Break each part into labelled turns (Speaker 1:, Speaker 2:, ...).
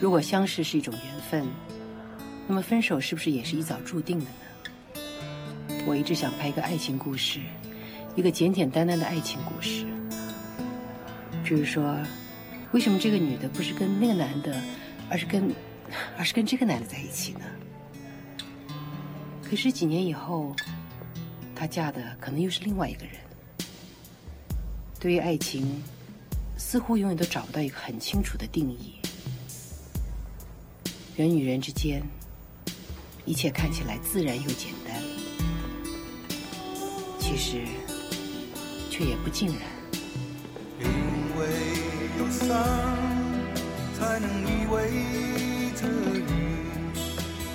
Speaker 1: 如果相识是一种缘分，那么分手是不是也是一早注定的呢？我一直想拍一个爱情故事，一个简简单单的爱情故事。就是说，为什么这个女的不是跟那个男的，而是跟，而是跟这个男的在一起呢？可是几年以后，她嫁的可能又是另外一个人。对于爱情，似乎永远都找不到一个很清楚的定义。人与人之间，一切看起来自然又简单，其实却也不尽然。
Speaker 2: 因为有伤，才能依偎着你。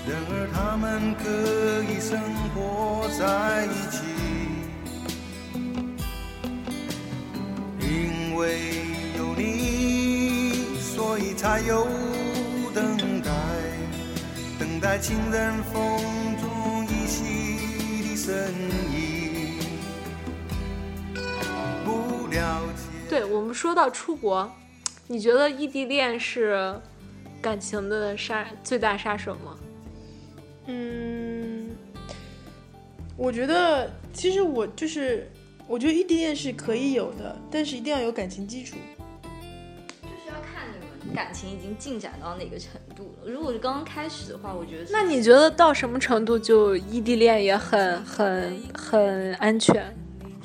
Speaker 2: 然而他们可以生活在一起。因为有你，所以才有等待，等待情人风中依稀的身影。不了解。
Speaker 3: 对我们说到出国，你觉得异地恋是感情的杀最大杀手吗？
Speaker 4: 嗯，我觉得其实我就是，我觉得异地恋是可以有的，但是一定要有感情基础。
Speaker 5: 就是要看你们感情已经进展到哪个程度了。如果是刚刚开始的话，我觉得是
Speaker 3: 那你觉得到什么程度就异地恋也很很很安全？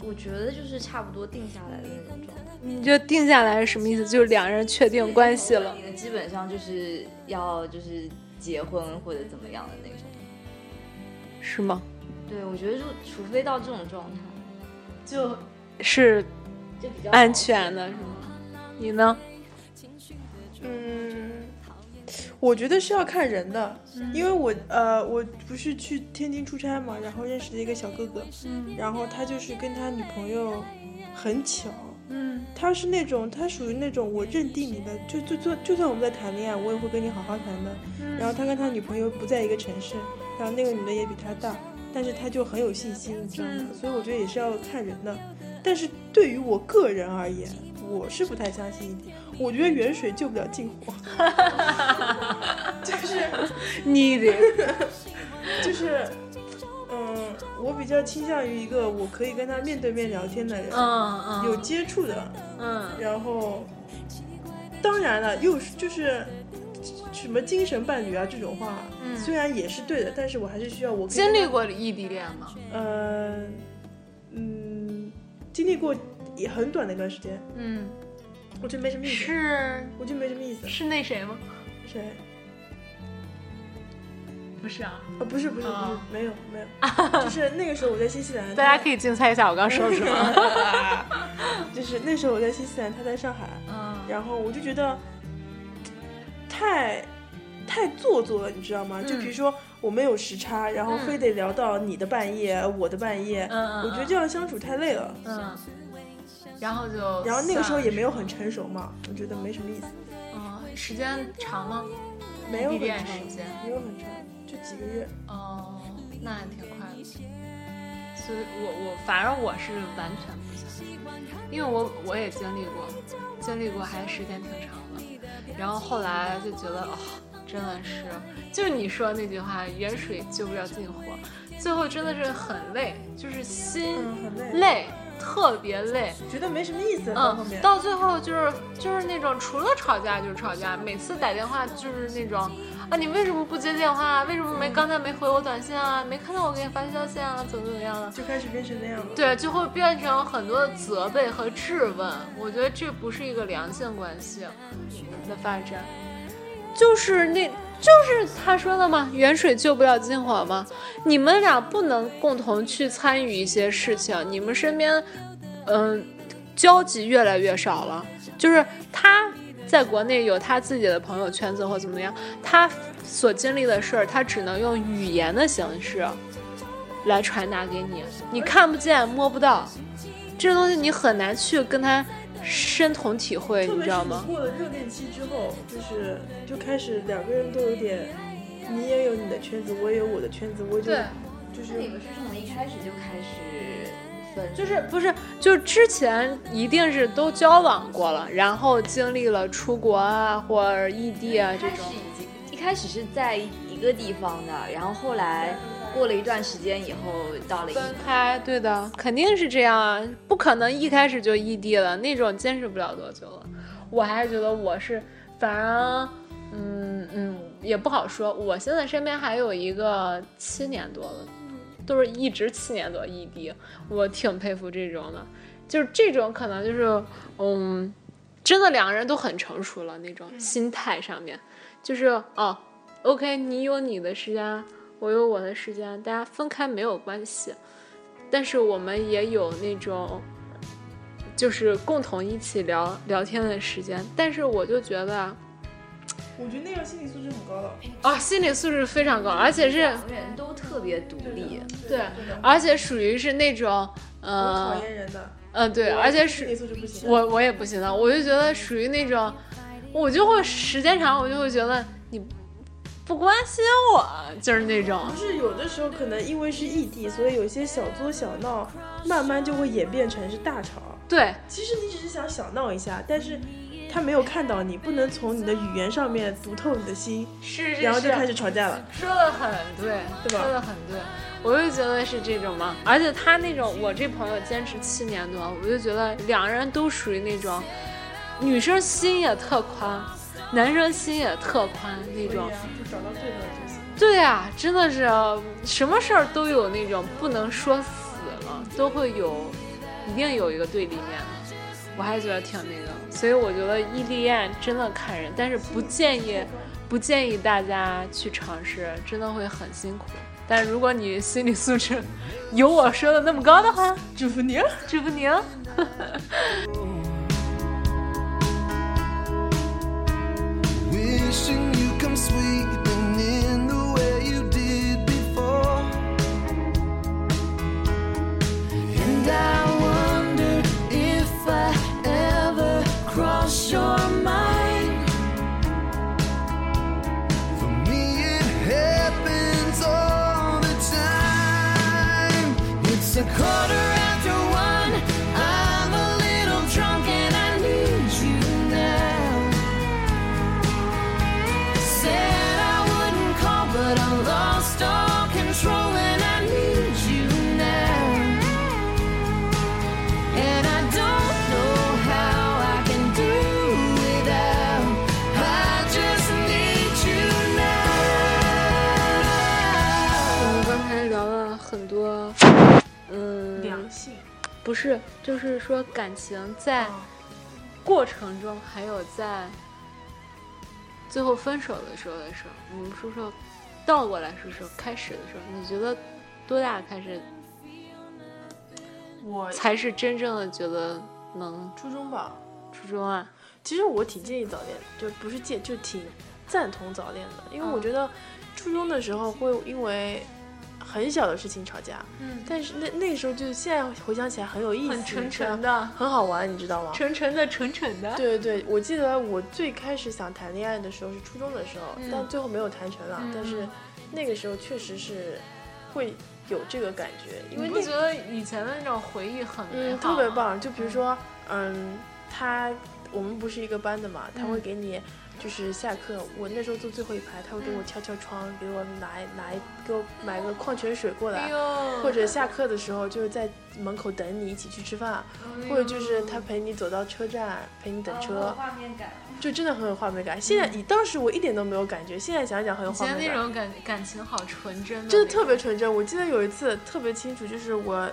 Speaker 5: 我觉得就是差不多定下来的那种状态。
Speaker 3: 你这定下来是什么意思？就是两人确定关系了
Speaker 5: 你。们基本上就是要就是结婚或者怎么样的那种。
Speaker 3: 是吗？
Speaker 5: 对，我觉得就除非到这种状态，
Speaker 4: 就是
Speaker 5: 就比较
Speaker 3: 安全的，是吗？你呢？
Speaker 4: 嗯，我觉得是要看人的，因为我呃，我不是去天津出差嘛，然后认识了一个小哥哥，然后他就是跟他女朋友很巧，
Speaker 3: 嗯
Speaker 4: 他是那种他属于那种我认定你的，就就就就算我们在谈恋爱，我也会跟你好好谈的。然后他跟他女朋友不在一个城市，然后那个女的也比他大，但是他就很有信心，你知道吗？
Speaker 3: 嗯
Speaker 4: 所以我觉得也是要看人的。但是对于我个人而言，我是不太相信，我觉得远水救不了 近火。
Speaker 3: 你得
Speaker 4: 就是，嗯，我比较倾向于一个我可以跟他面对面聊天的人，
Speaker 3: 嗯嗯
Speaker 4: 有接触的，
Speaker 3: 嗯
Speaker 4: 然后，当然了，又是就是什么精神伴侣啊这种话，
Speaker 3: 嗯
Speaker 4: 虽然也是对的，但是我还是需要我可以
Speaker 3: 经历
Speaker 4: 跟
Speaker 3: 过异地恋吗？
Speaker 4: 他，呃，嗯，经历过也很短的一段时间，
Speaker 3: 嗯，
Speaker 4: 我觉得没什么意思，
Speaker 3: 是
Speaker 4: 我觉得没什么意思。
Speaker 3: 是那谁吗？
Speaker 4: 谁？
Speaker 3: 不是啊，
Speaker 4: 啊、不是不是不是
Speaker 3: 哦，
Speaker 4: 没有没 有，就是那个时候我在新西兰，
Speaker 3: 大家可以竞猜一下我刚说什么。
Speaker 4: 就是那时候我在新西兰，他在上海，
Speaker 3: 嗯
Speaker 4: 然后我就觉得太太做作了，你知道吗？
Speaker 3: 嗯
Speaker 4: 就比如说我们有时差，然后非得聊到你的半夜、我的半夜，
Speaker 3: 嗯
Speaker 4: 我觉得这样相处太累了。
Speaker 3: 嗯，然后就
Speaker 4: 然后那个时候也
Speaker 3: 算
Speaker 4: 没有很成熟嘛，我觉得没什么意思，
Speaker 3: 嗯，时间长吗？
Speaker 4: 没
Speaker 3: 异
Speaker 4: 有很
Speaker 3: 地
Speaker 4: 长
Speaker 3: 恋时间，
Speaker 4: 没有很长，就几个月。
Speaker 3: 哦，那还挺快的。所以我我反正我是完全不想，因为我我也经历过，经历过还时间挺长的，然后后来就觉得哦，真的是，就是你说那句话，远水救不了近火，最后真的是很累，就是心
Speaker 4: 嗯，很累，
Speaker 3: 累，特别累。
Speaker 4: 觉得没什么意思。到后
Speaker 3: 嗯，
Speaker 4: 面，
Speaker 3: 到最后就是就是那种除了吵架就是吵架，每次打电话就是那种啊，你为什么不接电话啊？为什么
Speaker 4: 嗯
Speaker 3: 没刚才没回我短信啊？没看到我给你发消息啊？怎么怎么样啊？
Speaker 4: 就开始变成那样了。
Speaker 3: 对，就会变成很多的责备和质问。我觉得这不是一个良性关系的发展，就是那。就是他说的嘛，远水救不了近火嘛。你们俩不能共同去参与一些事情，你们身边，嗯、交集越来越少了。就是他在国内有他自己的朋友圈子或怎么样，他所经历的事儿，他只能用语言的形式来传达给你，你看不见摸不到，这东西你很难去跟他深同体会，
Speaker 4: 特
Speaker 3: 你知
Speaker 4: 别是
Speaker 3: 道
Speaker 4: 你
Speaker 3: 吗？
Speaker 4: 过了热恋期之后，就是就开始两个人都有点，你也有你的圈子，我也有我的圈子，我就
Speaker 3: 对，
Speaker 4: 就是
Speaker 5: 那你们是从一开始就开始分。
Speaker 3: 就是不是就之前一定是都交往过了，然后经历了出国啊或者异地啊这
Speaker 5: 开始
Speaker 3: 种，
Speaker 5: 已经一开始是在一个地方的，然后后来过了一段时间以后到了异
Speaker 3: 分
Speaker 5: 地，
Speaker 3: 开，对的，肯定是这样啊，不可能一开始就异地了，那种坚持不了多久了。我还是觉得我是，反正，嗯嗯，也不好说。我现在身边还有一个七年多了，都是一直七年多异地，我挺佩服这种的。就是这种可能就是，嗯，真的两个人都很成熟了那种心态上面，就是哦，OK，你有你的时间，我有我的时间，大家分开没有关系。但是我们也有那种，就是共同一起聊聊天的时间。但是我就觉得啊
Speaker 4: 我觉得那样心理素质很高了。
Speaker 3: 啊，心理素质非常高，而且是
Speaker 5: 两个人都特别独立。
Speaker 3: 对
Speaker 4: 对的，
Speaker 3: 而且属于是那种，
Speaker 4: 我讨
Speaker 3: 呃
Speaker 4: 厌人的，
Speaker 3: 呃，对，而且是
Speaker 4: 心理素质不行。
Speaker 3: 我我也不行的，我就觉得属于那种，我就会时间长，我就会觉得你不关心我，就是那种。
Speaker 4: 不是有的时候可能因为是异地，所以有些小作小闹，慢慢就会演变成是大吵。
Speaker 3: 对
Speaker 4: 其实你只是想小闹一下，但是他没有看到你，不能从你的语言上面读透你的心，
Speaker 3: 是
Speaker 4: 然后就开始吵架了。
Speaker 3: 说的很对，
Speaker 4: 对吧
Speaker 3: 说的很对，我就觉得是这种嘛。而且他那种，我这朋友坚持七年多，我就觉得两人都属于那种，女生心也特宽，男生心也特宽那种。
Speaker 4: 啊就找到对的就行。
Speaker 3: 对啊，真的是什么事儿都有那种不能说死了，都会有，一定有一个对立面的。我还觉得挺那个，所以我觉得异地恋真的看人，但是不建议，不建议大家去尝试，真的会很辛苦。但如果你心理素质有我说的那么高的话，
Speaker 4: 祝福你。啊
Speaker 3: 祝福啊您。
Speaker 2: Wishing you come sweeping in the way you did before.
Speaker 6: And I wondered if I ever crossed your mind.
Speaker 2: For me, it happens all the time.
Speaker 6: It's a quarter after one. I'm a little drunk and I need you now. Said I wouldn't call, but I lost all control and I need you now. And I don't know how I can do without. I just need you now.
Speaker 3: 我刚才聊了很多，嗯，
Speaker 4: 良性，
Speaker 3: 不是，就是说感情在
Speaker 4: 哦
Speaker 3: 过程中，还有在最后分手的时候的时候，我们说说倒过来说说开始的时候，你觉得多大开始
Speaker 4: 我
Speaker 3: 才是真正的觉得能
Speaker 4: 初中吧，
Speaker 3: 初中 啊？
Speaker 4: 其实我挺建议早恋，就不是建，就挺赞同早恋的，因为我觉得初中的时候会因为很小的事情吵架，
Speaker 3: 嗯，
Speaker 4: 但是那那时候就现在回想起来很有意思，
Speaker 3: 很纯纯
Speaker 4: 的，
Speaker 3: 的，
Speaker 4: 很好玩，你知道吗？
Speaker 3: 纯纯的，纯纯的。
Speaker 4: 对对对，我记得我最开始想谈恋爱的时候是初中的时候，
Speaker 3: 嗯
Speaker 4: 但最后没有谈成了。
Speaker 3: 嗯
Speaker 4: 但是那个时候确实是会有这个感觉，因为
Speaker 3: 你
Speaker 4: 那
Speaker 3: 不觉得以前的那种回忆很美
Speaker 4: 嗯
Speaker 3: 好？啊
Speaker 4: 特别。棒。就比如说，嗯，他我们不是一个班的嘛，
Speaker 3: 嗯
Speaker 4: 他会给你就是下课，我那时候坐最后一排，他会给
Speaker 3: 嗯
Speaker 4: 我敲敲窗，给我拿拿一给我买个矿泉水过来
Speaker 3: 哎。呦，
Speaker 4: 或者下课的时候，就是在门口等你一起去吃饭，
Speaker 5: 哎
Speaker 4: 或者就是他陪你走到车站，陪你等车。
Speaker 5: 哦画面感，
Speaker 4: 就真的很有画面感。现在以当时我一点都没有感觉，现在想一想很有
Speaker 3: 以
Speaker 4: 画
Speaker 3: 前
Speaker 4: 面
Speaker 3: 那
Speaker 4: 感，
Speaker 3: 种感感情好纯真的那种，
Speaker 4: 真的特别纯真。我记得有一次特别清楚，就是我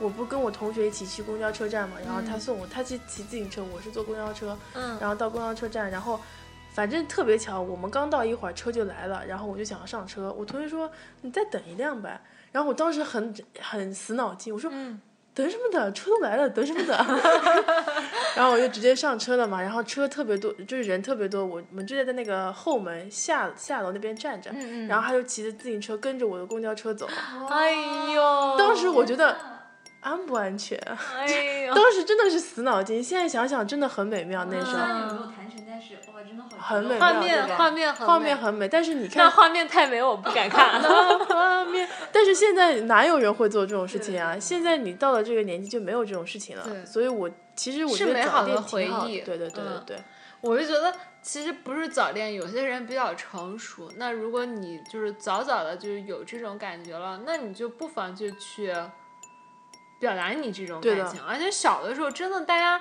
Speaker 4: 我不跟我同学一起去公交车站嘛，然后
Speaker 5: 嗯
Speaker 4: 他送我，他是骑自行车，我是坐公交车，
Speaker 3: 嗯
Speaker 4: 然后到公交车站，然后。反正特别巧，我们刚到一会儿车就来了，然后我就想要上车，我同学说你再等一辆呗，然后我当时很 很死脑筋，我说、
Speaker 3: 嗯
Speaker 4: 等什么等，车都来了，等什么 等？然后我就直接上车了嘛，然后车特别多，就是人特别多，我我们就在那个后门下下楼那边站着，
Speaker 3: 嗯嗯
Speaker 4: 然后他就骑着自行车跟着我的公交车走，
Speaker 3: 哎呦，
Speaker 4: 当时我觉
Speaker 3: 哦
Speaker 4: 得安不安全？
Speaker 3: 哎呦，
Speaker 4: 当时真的是死脑筋，现在想想真的很美妙那时候。
Speaker 5: 虽然有没有谈成，但是是哇，真的好
Speaker 4: 很美
Speaker 3: 嗯画
Speaker 4: 妙
Speaker 3: 面
Speaker 5: 对吧
Speaker 3: 画面很
Speaker 4: 画
Speaker 3: 美
Speaker 4: 面很美，但是你
Speaker 3: 那
Speaker 4: 看
Speaker 3: 画面太美，我不敢看。
Speaker 4: 画面，但是现在哪有人会做这种事情啊？现在你到了这个年纪就没有这种事情
Speaker 3: 对
Speaker 4: 了，所以我其实我
Speaker 3: 是
Speaker 4: 觉得
Speaker 3: 美
Speaker 4: 早
Speaker 3: 好的
Speaker 4: 恋挺
Speaker 3: 回
Speaker 4: 好
Speaker 3: 忆
Speaker 4: 对对对对
Speaker 3: 嗯
Speaker 4: 对。
Speaker 3: 我是觉得，其实不是早恋，有些人比较成熟。那如果你就是早早的就有这种感觉了，那你就不妨就去表达你这种
Speaker 4: 对
Speaker 3: 感
Speaker 4: 的
Speaker 3: 情。而且小的时候，真的大家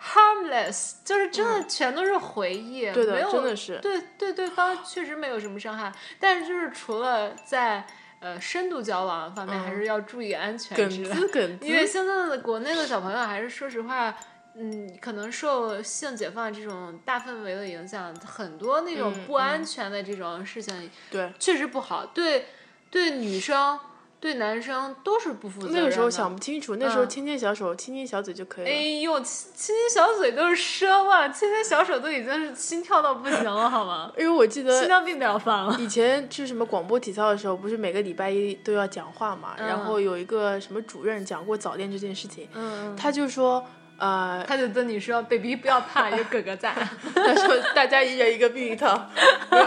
Speaker 3: harmless，就是真的全都是回忆，
Speaker 4: 对的
Speaker 3: 没有
Speaker 4: 真的是
Speaker 3: 对对对方确实没有什么伤害，但是就是除了在呃深度交往方面，还
Speaker 4: 嗯
Speaker 3: 是要注意安全
Speaker 4: 梗
Speaker 3: 之类
Speaker 4: 子梗
Speaker 3: 因为
Speaker 4: 子，
Speaker 3: 现在的国内的小朋友还是说实话，嗯，可能受性解放这种大氛围的影响，很多那种
Speaker 4: 嗯
Speaker 3: 不安全的这种事情、
Speaker 4: 对。
Speaker 3: 确实不好，对对女生、对男生都是不负责任的。
Speaker 4: 那个时候想不清楚，那时候
Speaker 3: 嗯
Speaker 4: 牵牵小手、亲亲小嘴就可以
Speaker 3: 哎
Speaker 4: 了。
Speaker 3: 呦，亲亲亲小嘴都是奢望，亲亲小手都已经是心跳到不行了，好吗？
Speaker 4: 因为我记
Speaker 3: 心
Speaker 4: 得
Speaker 3: 脏病都要犯了。
Speaker 4: 以前去什么广播体操的时候，不是每个礼拜一都要讲话嘛？
Speaker 3: 嗯
Speaker 4: 然后有一个什么主任讲过早恋这件事情，
Speaker 3: 嗯，
Speaker 4: 他就说，呃，
Speaker 3: 他就跟你说：“baby，不要怕，有哥哥在。
Speaker 4: 他说大家一人一个避孕套， 没有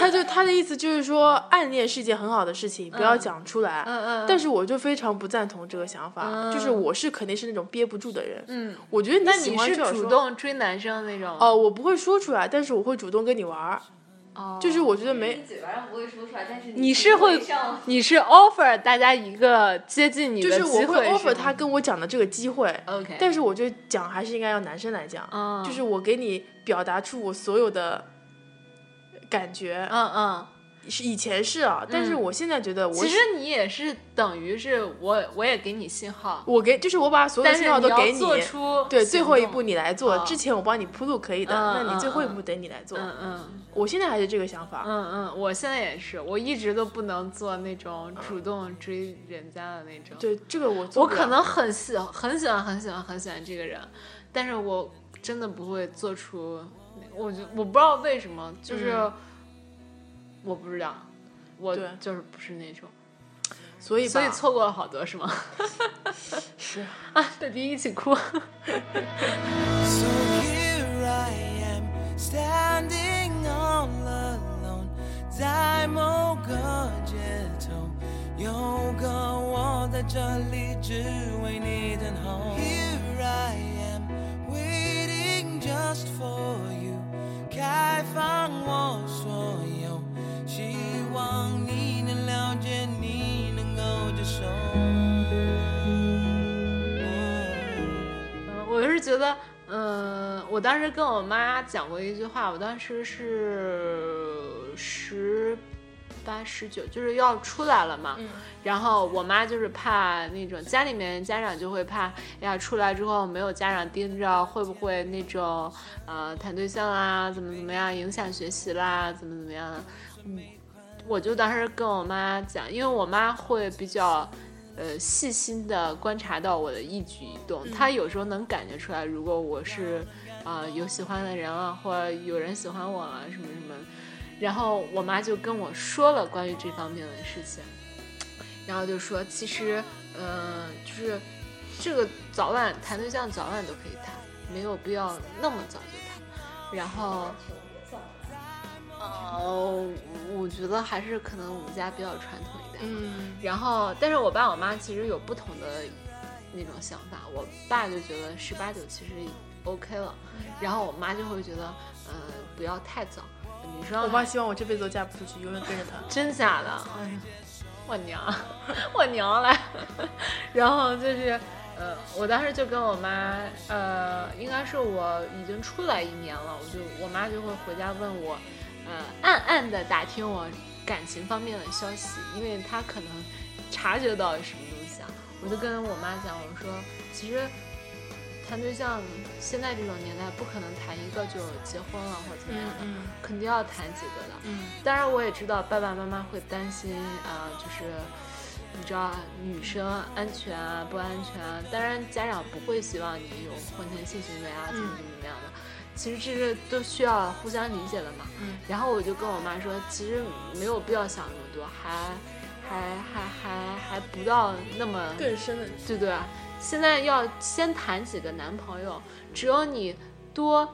Speaker 4: 他就他的意思就是说暗恋是一件很好的事情，不要讲出来。
Speaker 3: 嗯嗯嗯
Speaker 4: 但是我就非常不赞同这个想法，
Speaker 3: 嗯
Speaker 4: 就是我是肯定是那种憋不住的人。”
Speaker 3: 嗯，
Speaker 4: 我觉得
Speaker 3: 那
Speaker 4: 喜
Speaker 3: 你
Speaker 4: 欢
Speaker 3: 是
Speaker 4: 就要
Speaker 3: 主
Speaker 4: 说
Speaker 3: 动追男生的那种？
Speaker 4: 哦、我不会说出来，但是我会主动跟你玩儿。
Speaker 3: 哦，
Speaker 4: 就是我觉得
Speaker 5: 你
Speaker 4: 没
Speaker 5: 嘴巴上不会说出来，但是
Speaker 3: 你
Speaker 5: 是
Speaker 3: 是会
Speaker 5: 上，
Speaker 3: 你是 offer 大家一个接近你
Speaker 4: 就
Speaker 3: 的机
Speaker 4: 是
Speaker 3: 会，
Speaker 4: 我会 offer
Speaker 3: 吗
Speaker 4: 他跟我讲的这个机会。
Speaker 3: OK，
Speaker 4: 但是我觉得讲还是应该让男生来讲，
Speaker 3: 嗯
Speaker 4: 就是我给你表达出我所有的感觉，
Speaker 3: 嗯嗯，
Speaker 4: 是以前是啊，但是
Speaker 3: 嗯
Speaker 4: 我现在觉得我
Speaker 3: 其
Speaker 4: 是
Speaker 3: 实你也是等于是我我也给你信号，
Speaker 4: 我给就是我把所有
Speaker 3: 但
Speaker 4: 的
Speaker 3: 是
Speaker 4: 信号都给
Speaker 3: 要做出
Speaker 4: 对，
Speaker 3: 行
Speaker 4: 最后一
Speaker 3: 动
Speaker 4: 步，你来做，
Speaker 3: 哦
Speaker 4: 之前我帮你铺路可以的，
Speaker 3: 嗯
Speaker 4: 那你最后一
Speaker 3: 嗯
Speaker 4: 步得你来做。
Speaker 3: 嗯嗯
Speaker 4: 我现在还是这个想法，
Speaker 3: 嗯嗯，我现在也是，我一直都不能做那种主动追人家的那种，
Speaker 4: 对啊这个我做
Speaker 3: 我
Speaker 4: 不了
Speaker 3: 可能很喜很喜欢很喜欢很喜欢这个人，但是我真的不会做出，我就我不知道为什么，就是、
Speaker 4: 嗯
Speaker 3: 我不知道，我
Speaker 4: 对
Speaker 3: 就是不是那种。
Speaker 4: 所以
Speaker 3: 所以
Speaker 4: 吧
Speaker 3: 错过了好多是吗？
Speaker 4: 是
Speaker 3: 啊，弟弟一起哭。
Speaker 7: So here I am, standing all alone. 在某个街头，有个我在这里，只为你等候。Here I am, waiting just for you. 开放我所有，希望你能了解，你能够接受。
Speaker 3: 嗯，我是觉得，嗯，我当时跟我妈讲过一句话，我当时是十八十九，就是要出来了嘛。然后我妈就是怕那种家里面家长就会怕，哎呀，出来之后没有家长盯着，会不会那种呃谈对象啦，怎么怎么样影响学习啦，怎么怎么样？嗯，我就当时跟我妈讲，因为我妈会比较。呃，细心的观察到我的一举一动，她有时候能感觉出来，如果我是啊、呃有喜欢的人啊，或者有人喜欢我啊，什么什么。然后我妈就跟我说了关于这方面的事情，然后就说其实，呃，就是这个早晚谈对象早晚都可以谈，没有必要那么早就谈。然后，呃，我觉得还是可能我们家比较传统一点。
Speaker 4: 嗯，
Speaker 3: 然后，但是我爸我妈其实有不同的那种想法。我爸就觉得十八九其实 OK 了，然后我妈就会觉得，呃，不要太早。女生
Speaker 4: 我妈希望我这辈子都嫁不出去，永远跟着她。
Speaker 3: 真假的？哎呀，我娘，我娘来。 然后就是，呃，我当时就跟我妈，呃，应该是我已经出来一年了，我就我妈就会回家问我，呃，暗暗的打听我感情方面的消息，因为她可能察觉到有什么东西啊。我就跟我妈讲，我说其实。谈对象，现在这种年代不可能谈一个就结婚了或者怎么样的，
Speaker 4: 嗯
Speaker 3: 肯定要谈几个的。
Speaker 4: 嗯
Speaker 3: 当然，我也知道爸爸妈妈会担心啊、就是你知道女生安全啊、不安全啊。当然，家长不会希望你有婚前性行为啊，怎么怎么怎么样的。其实这是都需要互相理解的嘛。
Speaker 4: 嗯
Speaker 3: 然后我就跟我妈说，其实没有必要想那么多，还还还还还不到那么
Speaker 4: 更深的
Speaker 3: 对啊对，现在要先谈几个男朋友，只有你多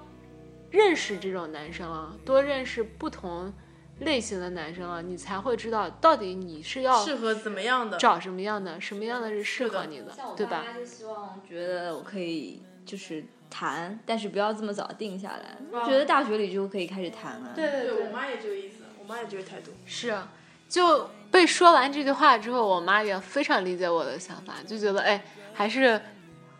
Speaker 3: 认识这种男生了，多认识不同类型的男生了，你才会知道到底你是要
Speaker 4: 适合怎么样的？
Speaker 3: 找什么样的，什么样的是适合
Speaker 4: 的
Speaker 3: 你的
Speaker 5: 像我，
Speaker 3: 对
Speaker 5: 爸
Speaker 3: 吧？
Speaker 5: 妈就希望觉得我可以就是谈，但是不要这么早定下来。
Speaker 4: 啊
Speaker 5: 觉得大学里就可以开始谈了。
Speaker 3: 对对
Speaker 4: 对我妈也这个意思，我妈也这个态度。
Speaker 3: 是，啊就被说完这句话之后，我妈也非常理解我的想法，就觉得哎，还是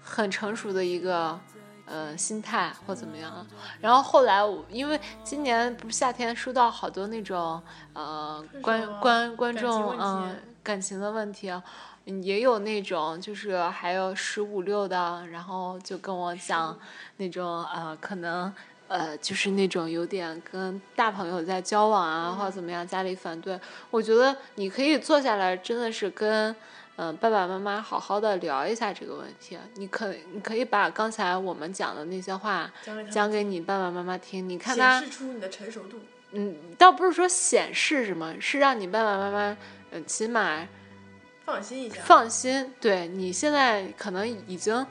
Speaker 3: 很成熟的一个呃心态或怎么样啊。然后后来我因为今年不是夏天收到好多那种呃
Speaker 4: 分
Speaker 3: 观
Speaker 4: 手啊
Speaker 3: 观观
Speaker 4: 感情
Speaker 3: 众
Speaker 4: 问
Speaker 3: 嗯、
Speaker 4: 题
Speaker 3: 感情的问题啊。嗯也有那种，就是还有十五六的，然后就跟我讲那种呃，可能呃，就是那种有点跟大朋友在交往啊，或者怎么样，家里反对。我觉得你可以坐下来，真的是跟嗯、呃爸爸妈妈好好的聊一下这个问题。你可你可以把刚才我们讲的那些话
Speaker 4: 讲给他
Speaker 3: 讲给你爸爸妈妈听，你看
Speaker 4: 显
Speaker 3: 他
Speaker 4: 示出你的成熟度。
Speaker 3: 嗯，倒不是说显示什么，是让你爸爸妈妈嗯、呃起码
Speaker 4: 放心一下，
Speaker 3: 放心，对你现在可能已经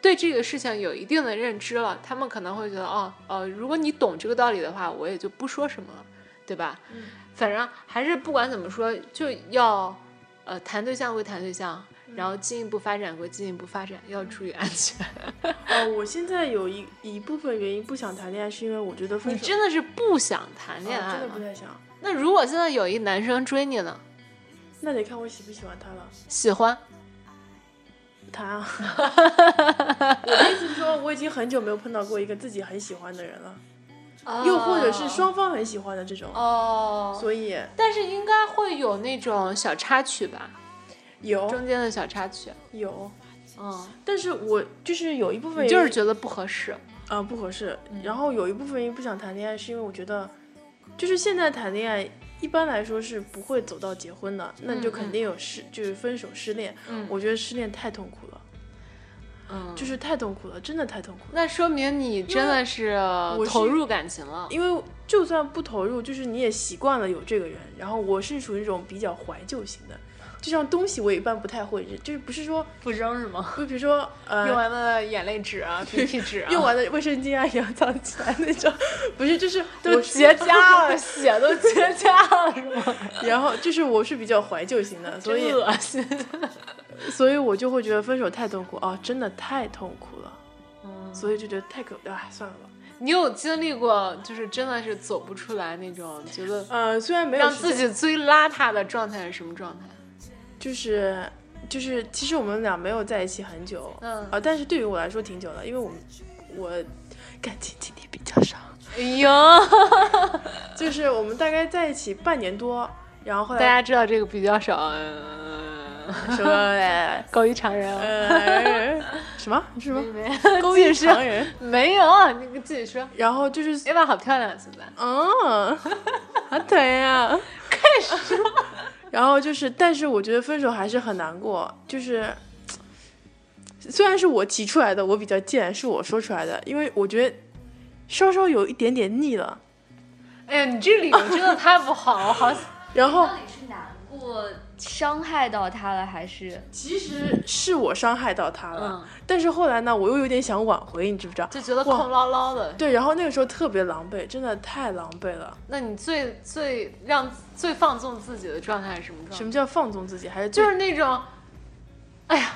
Speaker 3: 对这个事情有一定的认知了，他们可能会觉得，哦，呃，如果你懂这个道理的话，我也就不说什么了，对吧？
Speaker 4: 嗯、
Speaker 3: 反正还是不管怎么说，就要呃谈对象归谈对象，
Speaker 4: 嗯
Speaker 3: 然后进一步发展归进一步发展，要注意安全。
Speaker 4: 呃，我现在有一一部分原因不想谈恋爱，是因为我觉得分
Speaker 3: 你
Speaker 4: 手
Speaker 3: 真的是不想谈恋爱
Speaker 4: 啊嗯真的不
Speaker 3: 吗？
Speaker 4: 太想。
Speaker 3: 那如果现在有一男生追你呢，
Speaker 4: 那得看我喜不喜欢他了。
Speaker 3: 喜欢，
Speaker 4: 谈啊！我的意思是说，我已经很久没有碰到过一个自己很喜欢的人了，又或者是双方很喜欢的这种，
Speaker 3: 哦，
Speaker 4: 所以
Speaker 3: 但是应该会有那种小插曲吧，
Speaker 4: 有
Speaker 3: 中间的小插曲。
Speaker 4: 有，
Speaker 3: 嗯，
Speaker 4: 但是我就是有一部分
Speaker 3: 你
Speaker 4: 原因
Speaker 3: 就是觉得嗯不合适。
Speaker 4: 啊、不合适。然后有一部分原因不想谈恋爱，是因为我觉得，就是现在谈恋爱一般来说是不会走到结婚的，那你就肯定有失，就是分手失恋。
Speaker 3: 嗯
Speaker 4: 我觉得失恋太痛苦了，
Speaker 3: 嗯，
Speaker 4: 就是太痛苦了，真的太痛苦了。
Speaker 3: 那说明你真的是
Speaker 4: 我是
Speaker 3: 投入感情了。
Speaker 4: 因为就算不投入，就是你也习惯了有这个人。然后我是属于那种比较怀旧型的，就像东西我一般不太会扔，就是不是说，
Speaker 3: 不扔是吗？
Speaker 4: 就比如说呃，
Speaker 3: 用完的眼泪纸 啊，鼻涕纸啊，
Speaker 4: 用完的卫生巾啊也要藏起来那种， 不是就是
Speaker 3: 都
Speaker 4: 我是
Speaker 3: 结痂 了，血都结痂了是吗？
Speaker 4: 然后就是我是比较怀旧型的，所 以
Speaker 3: 真恶心。
Speaker 4: 所以我就会觉得分手太痛苦啊，真的太痛苦了，
Speaker 3: 嗯
Speaker 4: 所以就觉得太可哎算了吧。
Speaker 3: 你有经历过就是真的是走不出来那种，觉 得
Speaker 4: 呃，虽然没有
Speaker 3: 让
Speaker 4: 时
Speaker 3: 自
Speaker 4: 间
Speaker 3: 己最邋遢的状态是什么状态？
Speaker 4: 就是就是，其实我们俩没有在一起很久，
Speaker 3: 嗯
Speaker 4: 啊，但是对于我来说挺久了，因为我们我感情经历比较少，
Speaker 3: 哎呦，
Speaker 4: 就是我们大概在一起半年多，然后后
Speaker 3: 大
Speaker 4: 来
Speaker 3: 家知道这个比较少，嗯
Speaker 4: 什么呃
Speaker 3: 高于常人啊。
Speaker 4: 呃什么什么
Speaker 3: 没
Speaker 4: 勾
Speaker 3: 继
Speaker 4: 引
Speaker 3: 续
Speaker 4: 常人，
Speaker 3: 没有，那个自己说。
Speaker 4: 然后就是
Speaker 3: 哎妈，好漂亮！现在
Speaker 4: 嗯，好疼呀、开始。然后就是，但是我觉得分手还是很难过，就是虽然是我提出来的，我比较贱，是我说出来的，因为我觉得稍稍有一点点腻了。
Speaker 3: 哎呀，你这理由真的太不好，我好
Speaker 4: 然后
Speaker 5: 到底是难过伤害到他了，还是
Speaker 4: 其实是我伤害到他了，
Speaker 3: 嗯
Speaker 4: 但是后来呢，我又有点想挽回，你知不知道？
Speaker 3: 就觉得空落落的。
Speaker 4: 对，然后那个时候特别狼狈，真的太狼狈了。
Speaker 3: 那你最最让最放纵自己的状态是什么状态？
Speaker 4: 什么叫放纵自己？还是最
Speaker 3: 嗯就是那种，哎呀，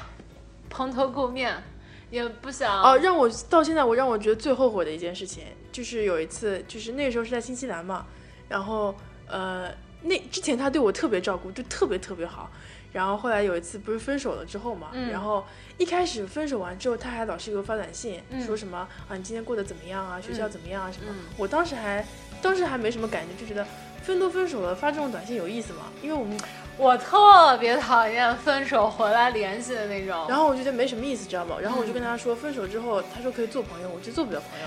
Speaker 3: 蓬头垢面，也不想
Speaker 4: 哦，让我到现在，我让我觉得最后悔的一件事情，就是有一次，就是那个时候是在新西兰嘛，然后呃，那之前他对我特别照顾，就特别特别好。然后后来有一次不是分手了之后嘛，然后一开始分手完之后，他还老是给我发短信，说什么啊你今天过得怎么样啊，学校怎么样啊什么。我当时还当时还没什么感觉，就觉得分都分手了，发这种短信有意思吗？因为我们
Speaker 3: 我特别讨厌分手回来联系的那种。
Speaker 4: 然后我就觉得没什么意思，知道吧？然后我就跟他说分手之后，他说可以做朋友，我就做不了朋友，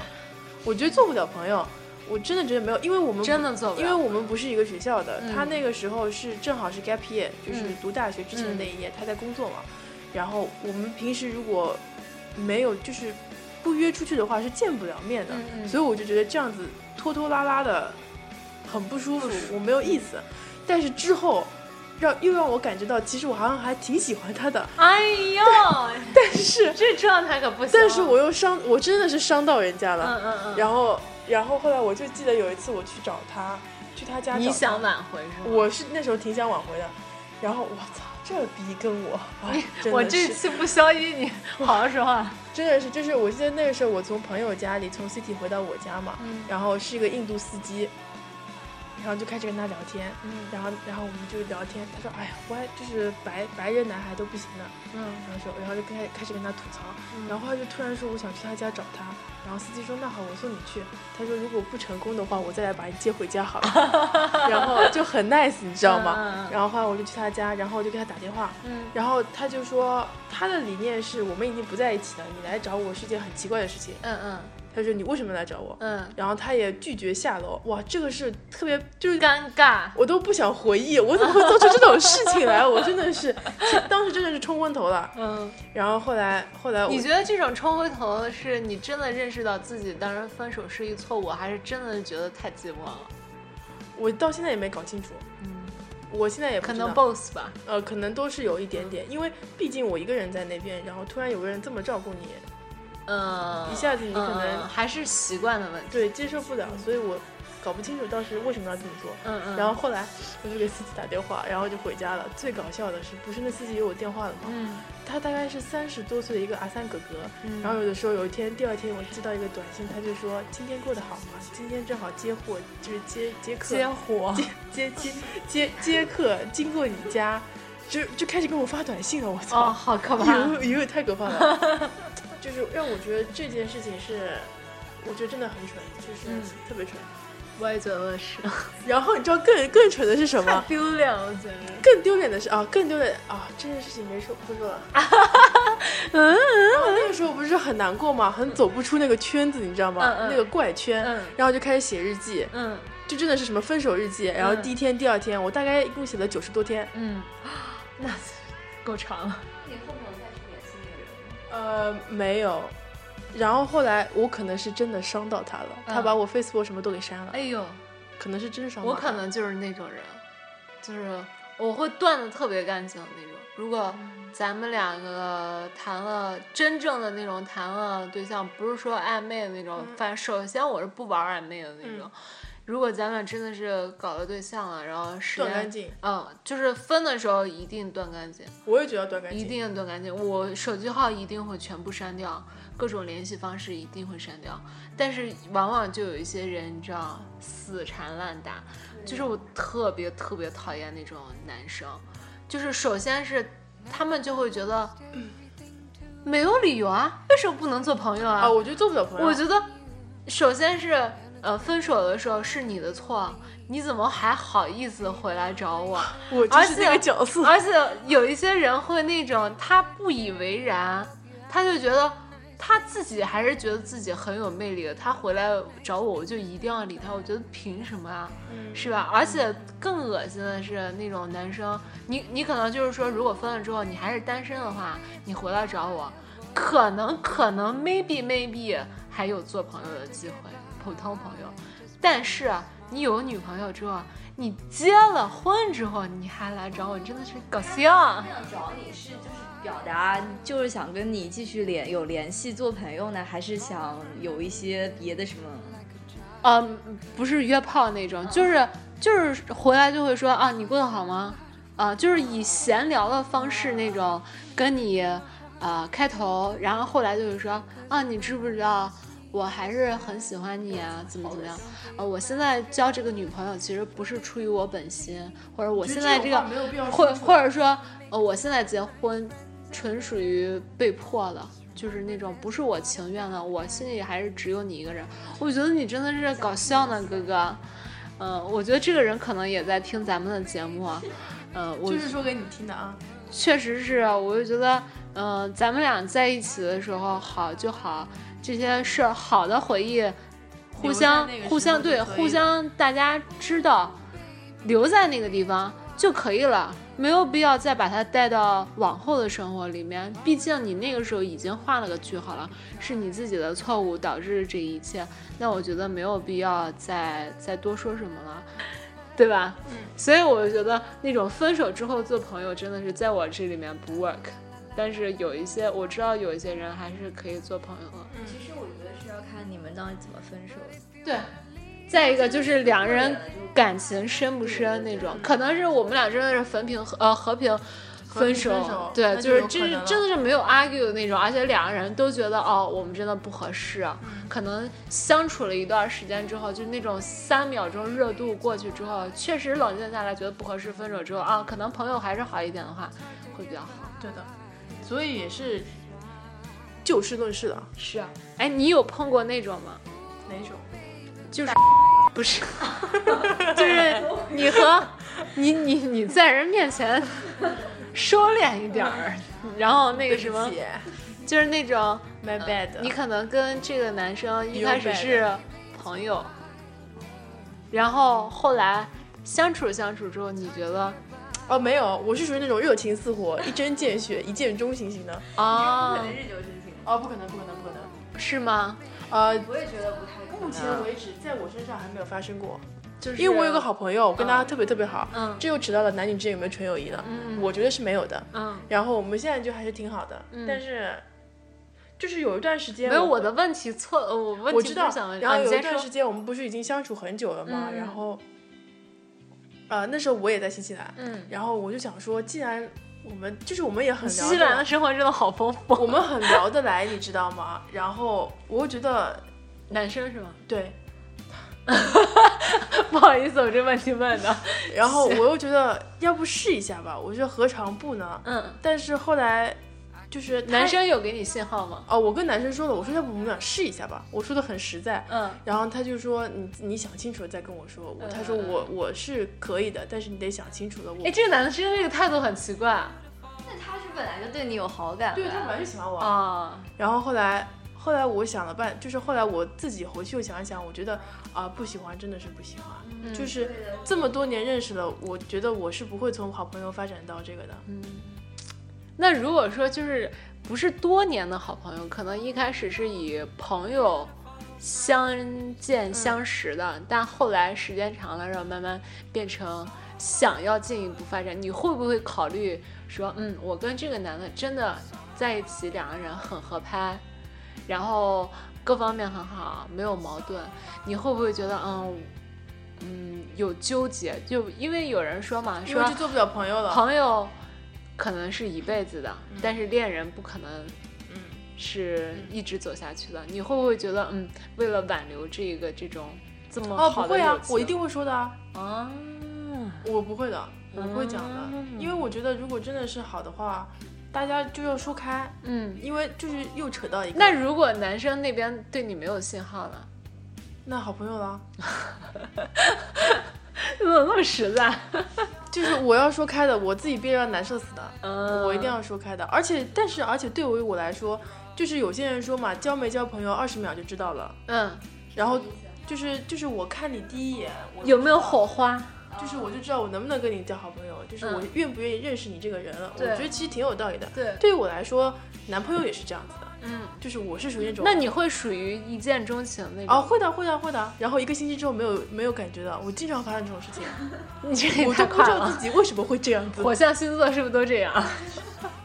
Speaker 4: 我觉得做不了朋友，我真的觉得没有，因为我们不
Speaker 3: 真的做不了
Speaker 4: 因为我们不是一个学校的，
Speaker 3: 嗯
Speaker 4: 他那个时候是正好是 gap year，就是
Speaker 3: 嗯
Speaker 4: 读大学之前的
Speaker 3: 嗯
Speaker 4: 那一年，他在工作嘛，然后我们平时如果没有就是不约出去的话是见不了面的，
Speaker 3: 嗯嗯
Speaker 4: 所以我就觉得这样子拖拖拉拉的很不舒服，我没有意思，但是之后。让又让我感觉到，其实我好像还挺喜欢他的，
Speaker 3: 哎呦，
Speaker 4: 但是
Speaker 3: 这状态可不行。
Speaker 4: 但是我又伤，我真的是伤到人家
Speaker 3: 嗯
Speaker 4: 了。
Speaker 3: 嗯嗯，
Speaker 4: 然后然后后来我就记得有一次我去找他，去他家找他
Speaker 3: 你想挽回是吗？
Speaker 4: 我是那时候挺想挽回的，然后我操，这逼跟 我，哎、真的
Speaker 3: 我这
Speaker 4: 是
Speaker 3: 期不消音，你好好说话。
Speaker 4: 真的是，就是我记得那个时候我从朋友家里从 city 回到我家嘛，
Speaker 3: 嗯
Speaker 4: 然后是一个印度司机，然后就开始跟他聊天，
Speaker 3: 嗯
Speaker 4: 然后然后我们就聊天，他说哎呀，外就是白白人男孩都不行了，
Speaker 3: 嗯
Speaker 4: 然后说然后就开开始跟他吐槽，
Speaker 3: 嗯
Speaker 4: 然后他就突然说我想去他家找他，然后司机说那好，我送你去，他说如果不成功的话，我再来把你接回家好了， 然后就很 nice，你知道
Speaker 3: 嗯嗯
Speaker 4: 吗
Speaker 3: 嗯？
Speaker 4: 然后后来我就去他家，然后我就给他打电话，
Speaker 3: 嗯
Speaker 4: 然后他就说他的理念是我们已经不在一起了，你来找我是件很奇怪的事情。
Speaker 3: 嗯
Speaker 4: 他说你为什么来找我？
Speaker 3: 嗯
Speaker 4: 然后他也拒绝下楼，哇，这个是特别就
Speaker 3: 嗯，
Speaker 4: 是
Speaker 3: 尴尬。
Speaker 4: 我都不想回忆，我怎么会做出这种事情来？我真的是，其实当时真的是冲昏头了。
Speaker 3: 嗯，
Speaker 4: 然后后来后来我
Speaker 3: 你觉得这种冲回头是你真的认识到自己当时分手是一错误，还是真的觉得太寂寞了？
Speaker 4: 我到现在也没搞清楚，
Speaker 3: 嗯，
Speaker 4: 我现在也不
Speaker 3: 可
Speaker 4: 知道
Speaker 3: 能 boss 吧。
Speaker 4: 呃，可能都是有一点点，因为毕竟我一个人在那边，然后突然有个人这么照顾你，
Speaker 3: 嗯，
Speaker 4: 一下子你可能
Speaker 3: 嗯还是习惯的问题。
Speaker 4: 对，接受不了，所以我搞不清楚当时为什么要这么做。
Speaker 3: 嗯嗯。
Speaker 4: 然后后来我就给司机打电话，然后就回家了。最搞笑的是，不是那司机有我电话了吗？
Speaker 3: 嗯
Speaker 4: 他大概是三十多岁的一个阿三哥哥。
Speaker 3: 嗯，
Speaker 4: 然后有的时候有一天，第二天我接到一个短信，他就说今天过得好吗？今天正好接货，就是接接客
Speaker 3: 接火。
Speaker 4: 接接接接客，经过你家，就就开始给我发短信了。我操！
Speaker 3: 哦，好可怕。
Speaker 4: 有有点太可怕了， 就是让我觉得这件事情是，我觉得真的很蠢，就是
Speaker 3: 嗯
Speaker 4: 特别蠢。
Speaker 3: 我也觉得 是，
Speaker 4: 然后你知道更更蠢的是什
Speaker 3: 太
Speaker 4: 么？
Speaker 3: 丢脸了，我觉得。
Speaker 4: 更丢脸的是啊，更丢脸啊，这件事情没说不 说了。然
Speaker 3: 嗯
Speaker 4: 后那个时候不是很难过吗？很走不出那个圈子，你知道吗？
Speaker 3: 嗯嗯
Speaker 4: 那个怪圈。
Speaker 3: 嗯
Speaker 4: 然后就开始写日记，
Speaker 3: 嗯
Speaker 4: 就真的是什么分手日记。然后
Speaker 3: 嗯
Speaker 4: 第一天、第二天，我大概一共写了九十多天。
Speaker 3: 嗯， 那够长了。
Speaker 5: 你后面有再去联系那个人
Speaker 3: 嗯
Speaker 4: 呃，
Speaker 5: 吗？
Speaker 4: 没有。然后后来我可能是真的伤到他了，他
Speaker 3: 嗯
Speaker 4: 把我 Facebook 什么都给删了。
Speaker 3: 哎呦，
Speaker 4: 可能是真伤吧。
Speaker 3: 我可能就是那种人，就是我会断的特别干净的那种。如果
Speaker 4: 嗯
Speaker 3: 咱们两个谈了真正的那种谈了对象，不是说暧昧的那种，
Speaker 4: 嗯
Speaker 3: 反正首先我是不玩暧昧的那种。如果咱俩真的是搞了对象了，然后时间
Speaker 4: 断干净，
Speaker 3: 嗯，就是分的时候一定断干净，
Speaker 4: 我也觉得断干净，
Speaker 3: 一定要断干净。我手机号一定会全部删掉，各种联系方式一定会删掉。但是往往就有一些人，你知道，死缠烂打，就是我特别特别讨厌那种男生。就是首先是他们就会觉得、没有理由啊，为什么不能做朋友
Speaker 4: 啊，我觉得做不了朋友。
Speaker 3: 我觉得，首先是呃，分手的时候是你的错，你怎么还好意思回来找我？
Speaker 4: 我就是那
Speaker 3: 而且
Speaker 4: 个角色，
Speaker 3: 而且有一些人会那种他不以为然，他就觉得他自己还是觉得自己很有魅力的，他回来找我，我就一定要理他。我觉得凭什么啊？
Speaker 4: 嗯
Speaker 3: 是吧？而且更恶心的是那种男生，你你可能就是说，如果分了之后你还是单身的话，你回来找我，可能可能 maybe maybe 还有做朋友的机会，普通朋友。但是啊你有女朋友之后，你结了婚之后，你还来找我，真的是搞笑啊
Speaker 5: 他！想找你是就是表达，就是想跟你继续联有联系做朋友呢，还是想有一些别的什么？
Speaker 3: 嗯，不是约炮那种，就是就是回来就会说啊，你过得好吗？啊，就是以闲聊的方式那种跟你呃开头，然后后来就是说啊，你知不知道我还是很喜欢你啊，怎么怎么样？呃，我现在交这个女朋友其实不是出于我本心，或者我现在这个
Speaker 4: 我觉得这种话没有必要
Speaker 3: 或
Speaker 4: 说出
Speaker 3: 或者说呃，我现在结婚纯属于被迫的。就是那种不是我情愿的，我心里还是只有你一个人。我觉得你真的是搞笑呢，哥哥。嗯、我觉得这个人可能也在听咱们的节目啊。呃，我
Speaker 4: 就是说给你听的啊。
Speaker 3: 确实是，啊我就觉得，嗯、咱们俩在一起的时候好就好，这些事儿好的回忆，互相
Speaker 4: 留在那个时候
Speaker 3: 互相
Speaker 4: 就
Speaker 3: 对
Speaker 4: 可以
Speaker 3: 互相大家知道，留在那个地方就可以了，没有必要再把它带到往后的生活里面。毕竟你那个时候已经画了个句号了，是你自己的错误导致这一切，那我觉得没有必要再再多说什么了。对吧？嗯，所以我觉得那种分手之后做朋友真的是在我这里面不 work，但是有一些我知道有一些人还是可以做朋友的。
Speaker 5: 其实我觉得是要看你们到底怎么分手。
Speaker 3: 对，再一个就是两人感情深不深那种，可能是我们俩真的是和平呃和平。分手，
Speaker 4: 分手
Speaker 3: 对，
Speaker 4: 那
Speaker 3: 就
Speaker 4: 就是有
Speaker 3: 真是
Speaker 4: 可能了
Speaker 3: 真的是没有 argue 的那种，而且两个人都觉得哦，我们真的不合适、啊
Speaker 4: 嗯
Speaker 3: 可能相处了一段时间之后，就那种三秒钟热度过去之后，确实冷静下来觉得不合适，分手之后啊，可能朋友还是好一点的话，会比较好。
Speaker 4: 对的，所以也是就事论事的。
Speaker 3: 是啊，哎，你有碰过那种吗？
Speaker 4: 哪种？
Speaker 3: 就是不是， 就是你和你你你在人面前收敛一点儿，然后那个什么，就是那种
Speaker 4: My bad，
Speaker 3: 呃你可能跟这个男生一
Speaker 4: You
Speaker 3: 开始是朋友，然后后来相处相处之后，你觉得
Speaker 4: 哦没有，我是属于那种热情似火、一针见血、一见钟情型的。
Speaker 3: 啊，
Speaker 5: 日久生情。
Speaker 4: 哦，不可能，不可能，不可能。
Speaker 3: 是吗？
Speaker 4: 呃，
Speaker 5: 我也觉得不太可能。
Speaker 4: 目前为止，在我身上还没有发生过，
Speaker 3: 就是
Speaker 4: 因为我有个好朋友，我跟他
Speaker 3: 嗯
Speaker 4: 特别特别好。
Speaker 3: 嗯
Speaker 4: 这又扯到了男女之间有没有纯友谊了。
Speaker 3: 嗯
Speaker 4: 我觉得是没有的。
Speaker 3: 嗯，
Speaker 4: 然后我们现在就还是挺好的，
Speaker 3: 嗯
Speaker 4: 但是就是有一段时间
Speaker 3: 没有
Speaker 4: 会
Speaker 3: 我的问题错，呃我问
Speaker 4: 我
Speaker 3: 题
Speaker 4: 知
Speaker 3: 不
Speaker 4: 道
Speaker 3: 是想问，，
Speaker 4: 然
Speaker 3: 啊
Speaker 4: 后
Speaker 3: 你
Speaker 4: 有一
Speaker 3: 先
Speaker 4: 段时
Speaker 3: 说，
Speaker 4: 间我们不是已经相处很久了嘛，
Speaker 3: 嗯
Speaker 4: 然后，呃，那时候我也在新西兰，
Speaker 3: 嗯，
Speaker 4: 然后我就想说，既然我们就是我们也很
Speaker 3: 新
Speaker 4: 聊
Speaker 3: 西
Speaker 4: 得
Speaker 3: 兰的
Speaker 4: 来，
Speaker 3: 生活真的好丰富，
Speaker 4: 我们很聊得来，你知道吗？然后我又觉得
Speaker 3: 男生是吗？
Speaker 4: 对，
Speaker 3: 不好意思，我这问题问的，
Speaker 4: 然后我又觉得要不试一下吧，我觉得何尝不呢？
Speaker 3: 嗯，
Speaker 4: 但是后来就是他
Speaker 3: 男生有给你信号吗？
Speaker 4: 哦，我跟男生说了，我说要不我们俩试一下吧，我说的很实在，
Speaker 3: 嗯
Speaker 4: 然后他就说你你想清楚了再跟我说，我他说我我是可以的，但是你得想清楚了。我
Speaker 3: 哎，这个男的真的这个态度很奇怪
Speaker 5: 那他是本来就对你有好感呗，
Speaker 4: 对他本来就喜欢我，
Speaker 3: 啊，
Speaker 4: 然后后来后来我想了半，就是后来我自己回去又想一想，我觉得啊、不喜欢真的是不喜欢，就是这么多年认识了，我觉得我是不会从好朋友发展到这个的。
Speaker 3: 那如果说就是不是多年的好朋友，可能一开始是以朋友相见相识的，但后来时间长了，然后慢慢变成想要进一步发展，你会不会考虑说，嗯，我跟这个男的真的在一起，两个人很合拍，然后各方面很好，没有矛盾，你会不会觉得，嗯？嗯，有纠结，就因为有人说嘛，
Speaker 4: 因
Speaker 3: 说
Speaker 4: 为就做不了朋友了，
Speaker 3: 朋友可能是一辈子的，
Speaker 4: 嗯
Speaker 3: 但是恋人不可能，是一直走下去的。你会不会觉得，嗯，为了挽留这个这种这么
Speaker 4: 哦，不
Speaker 3: 好的
Speaker 4: 会啊
Speaker 3: 友，情
Speaker 4: 我一定会说的啊，
Speaker 3: 啊，
Speaker 4: 我不会的，我不会讲的，因为我觉得如果真的是好的话，大家就要说开，
Speaker 3: 嗯。
Speaker 4: 因为就是又扯到一个
Speaker 3: 那如果男生那边对你没有信号呢？
Speaker 4: 那好朋友了，
Speaker 3: 怎么那么实在？
Speaker 4: 就是我要说开的，我自己憋着难受死的。
Speaker 3: 嗯，
Speaker 4: 我一定要说开的。而且，但是，而且对于我来说，就是有些人说嘛，交没交朋友二十秒就知道了。
Speaker 3: 嗯，
Speaker 4: 然后就是就是我看你第一眼，我
Speaker 3: 有没有
Speaker 4: 就知道
Speaker 3: 火花？
Speaker 4: 就是我就知道我能不能跟你交好朋友，就是
Speaker 3: 嗯
Speaker 4: 我愿不愿意认识你这个人了。我
Speaker 3: 对
Speaker 4: 觉得其实挺有道理的。
Speaker 3: 对
Speaker 4: 对于我来说，男朋友也是这样子的，
Speaker 3: 嗯，
Speaker 4: 就是我是属于那种
Speaker 3: 那。你会属于一见钟情那种？
Speaker 4: 哦，会的，会的，会的。然后一个星期之后没有没有感觉的，我经常发生这种事情，
Speaker 3: 你这也
Speaker 4: 我
Speaker 3: 太
Speaker 4: 都不
Speaker 3: 快
Speaker 4: 知道
Speaker 3: 了
Speaker 4: 自。己为什么会这样 子，
Speaker 3: 火象星座是不是都这样？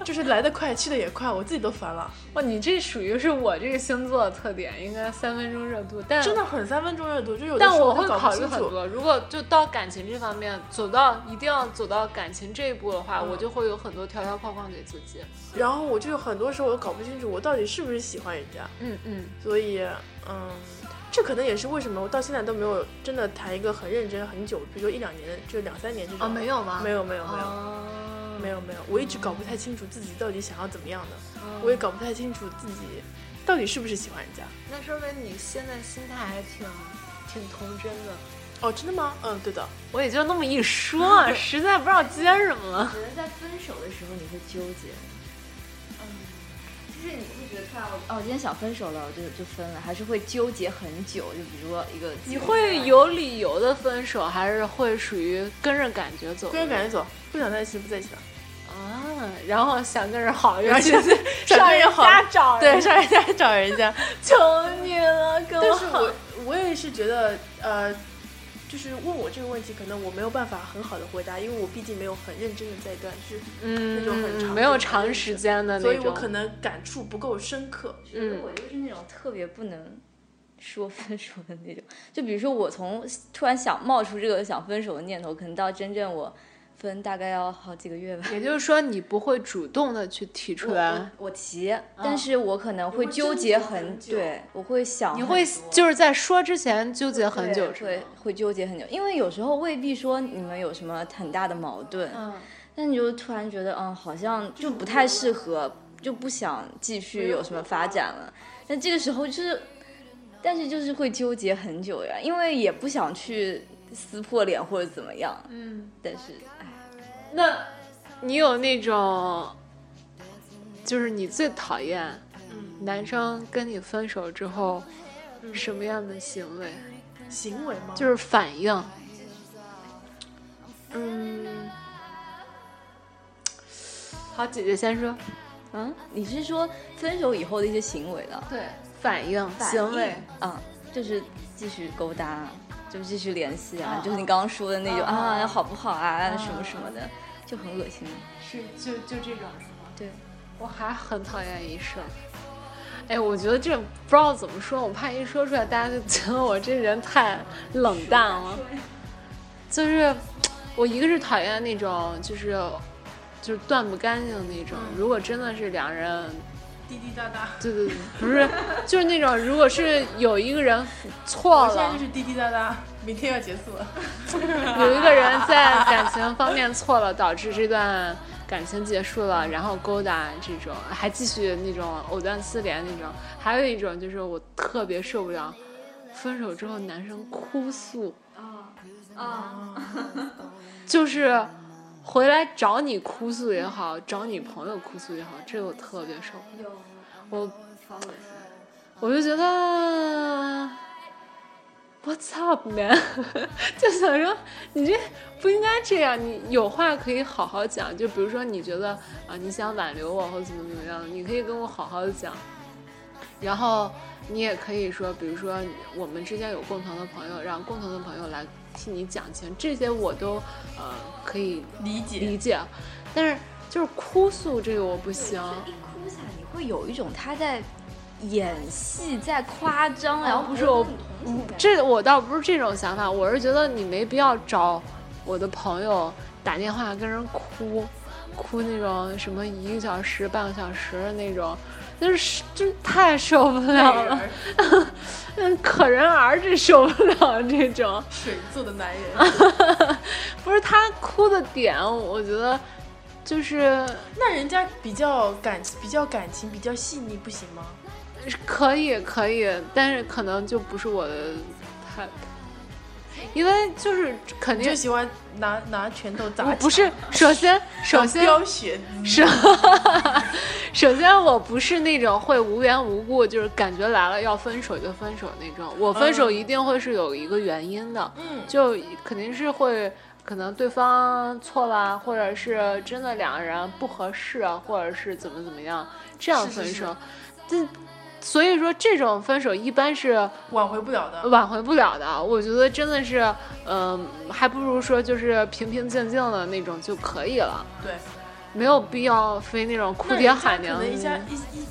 Speaker 4: 就是来得快，去得也快，我自己都烦了，
Speaker 3: 哇，哦你这属于是我这个星座的特点，应该三分钟热度，但
Speaker 4: 真的很三分钟热度，就有
Speaker 3: 嗯
Speaker 4: 的
Speaker 3: 但
Speaker 4: 时候
Speaker 3: 我会
Speaker 4: 搞
Speaker 3: 考
Speaker 4: 不
Speaker 3: 虑
Speaker 4: 清
Speaker 3: 很
Speaker 4: 楚。
Speaker 3: 多。如果就到感情这方面，走到一定要走到感情这一步的话，我就会有很多条条框框给自己。
Speaker 4: 然后我就很多时候我搞不清楚我到底是不是喜欢人家，
Speaker 3: 嗯嗯，
Speaker 4: 所以嗯，这可能也是为什么我到现在都没有真的谈一个很认真很久，比如说一两年，就两三年这种。
Speaker 3: 哦，没有吗？
Speaker 4: 没有没有没有、
Speaker 3: 哦
Speaker 4: 没有没有，我一直搞不太清楚自己到底想要怎么样的，
Speaker 3: 嗯
Speaker 4: 我也搞不太清楚自己到底是不是喜欢人家。
Speaker 3: 那说明你现在心态还挺挺童真的。
Speaker 4: 哦，真的吗？嗯，对的。
Speaker 3: 我也就那么一说， 实在不知道接什么了。
Speaker 5: 觉得在分手的时候你会纠结，嗯，就是你会觉得突然我哦，我今天想分手了，我就就分了，还是会纠结很久。就比如说一个，
Speaker 3: 你会有理由的分手，还是会属于跟着感觉走？
Speaker 4: 个人感觉走，不想在一起就不在一起了。
Speaker 3: 啊，然后想跟人好，然后
Speaker 4: 想
Speaker 3: 去
Speaker 4: 想
Speaker 3: 上
Speaker 4: 跟人
Speaker 3: 人
Speaker 4: 好
Speaker 3: 家找人，
Speaker 4: 对，上人家找人家。
Speaker 3: 求你了，跟
Speaker 4: 但
Speaker 3: 我
Speaker 4: 是
Speaker 3: 好
Speaker 4: 我。我也是觉得，呃，就是问我这个问题，可能我没有办法很好的回答，因为我毕竟没有很认真的在一段，就是那种很长
Speaker 3: 嗯，没有长时间的那
Speaker 4: 所
Speaker 3: 种，
Speaker 4: 以我可能感触不够深刻。
Speaker 5: 觉得我就是那种特别不能说分手的那种。就比如说我从突然想冒出这个想分手的念头，可能到真正我分大概要好几个月吧。
Speaker 3: 也就是说，你不会主动的去提出
Speaker 5: 我
Speaker 3: 来
Speaker 5: 我，我提，但是我可能嗯会纠结很，对，我会想很
Speaker 3: 你
Speaker 5: 多，
Speaker 3: 会就是在说之前纠结很久，是
Speaker 5: 对
Speaker 3: 吗，
Speaker 5: 会纠结很久，因为有时候未必说你们有什么很大的矛盾，
Speaker 3: 嗯，
Speaker 5: 但你就突然觉得，嗯，好像就不太适合，就不想继续有什么发展了。那这个时候就是，但是就是会纠结很久呀，因为也不想去撕破脸或者怎么样。
Speaker 3: 嗯，
Speaker 5: 但是，哎，
Speaker 3: 那你有那种，就是你最讨厌
Speaker 5: 嗯
Speaker 3: 男生跟你分手之后什么样的行为？
Speaker 4: 行为吗？
Speaker 3: 就是反应，
Speaker 4: 嗯，
Speaker 3: 好，姐姐先说，
Speaker 5: 嗯，你是说分手以后的一些行为了？
Speaker 3: 对，反应、
Speaker 5: 反
Speaker 3: 行为，
Speaker 5: 啊，就是继续勾搭啊，就继续联系啊，
Speaker 3: 啊
Speaker 5: 就是你刚刚说的那种
Speaker 3: 啊
Speaker 5: 啊，好不好啊，什么什么的，就很恶心。啊
Speaker 3: 是就就这种是吗？
Speaker 5: 对，
Speaker 3: 我还很讨厌医生。哎，我觉得这不知道怎么说，我怕一说出来大家就觉得我这人太冷淡了。就是我一个是讨厌那种，就是就是断不干净那种。
Speaker 4: 嗯
Speaker 3: 如果真的是两人
Speaker 4: 滴滴答答，
Speaker 3: 对对对，不是，就是那种，如果是有一个人错
Speaker 4: 我现在
Speaker 3: 了
Speaker 4: 就，是滴滴答答，明天要结束了。
Speaker 3: 有一个人在感情方面错了，导致这段感情结束了，然后勾搭这种，还继续那种藕断丝连那种。还有一种就是我特别受不了，分手之后男生哭诉，
Speaker 5: 啊，
Speaker 3: 就是回来找你哭诉也好，找你朋友哭诉也好，这个我特别受不了。
Speaker 5: 有
Speaker 3: 我
Speaker 5: 好恶心。
Speaker 3: 我就觉得，What's up man？就 想说你这不应该这样，你有话可以好好讲。就比如说你觉得啊、你想挽留我或怎么怎么样，你可以跟我好好讲。然后你也可以说，比如说我们之间有共同的朋友，让共同的朋友来替你讲情，这些我都呃可以
Speaker 4: 理解
Speaker 3: 理解。但是就是哭诉这个我不行，
Speaker 5: 一哭下你会有一种他在演戏，在夸张，然后
Speaker 3: 不是我
Speaker 5: 很同情感
Speaker 3: 这我倒不是这种想法，我是觉得你没必要找我的朋友打电话跟人哭，哭那种什么一个小时、半个小时的那种，那是真太受不了了。 嗯，可人儿这受不了这种，
Speaker 4: 水做的男人，
Speaker 3: 啊不是他哭的点，我觉得就是
Speaker 4: 那人家比较感比较感情比较细腻，不行吗？
Speaker 3: 可以可以，但是可能就不是我的 type，因为就是肯
Speaker 4: 你
Speaker 3: 定
Speaker 4: 就喜欢拿拿拳头砸
Speaker 3: 我
Speaker 4: 墙，
Speaker 3: 不是，首先首先
Speaker 4: 飙血，
Speaker 3: 首 首先，我不是那种会无缘无故就是感觉来了要分手就分手那种。我分手一定会是有一个原因的，
Speaker 4: 嗯
Speaker 3: 就肯定是会可能对方错啦，或者是真的两个人不合适啊，或者是怎么怎么样这样
Speaker 4: 是是
Speaker 3: 分
Speaker 4: 是
Speaker 3: 手。这所以说，这种分手一般是
Speaker 4: 挽回不了的。
Speaker 3: 挽回不了的。啊我觉得真的是，嗯、还不如说就是平平静静的那种就可以了。
Speaker 4: 对，
Speaker 3: 没有必要非那种哭爹喊娘嗯
Speaker 4: 那
Speaker 3: 的
Speaker 4: 人家
Speaker 3: 那
Speaker 4: 可
Speaker 3: 种。
Speaker 4: 能一下一一一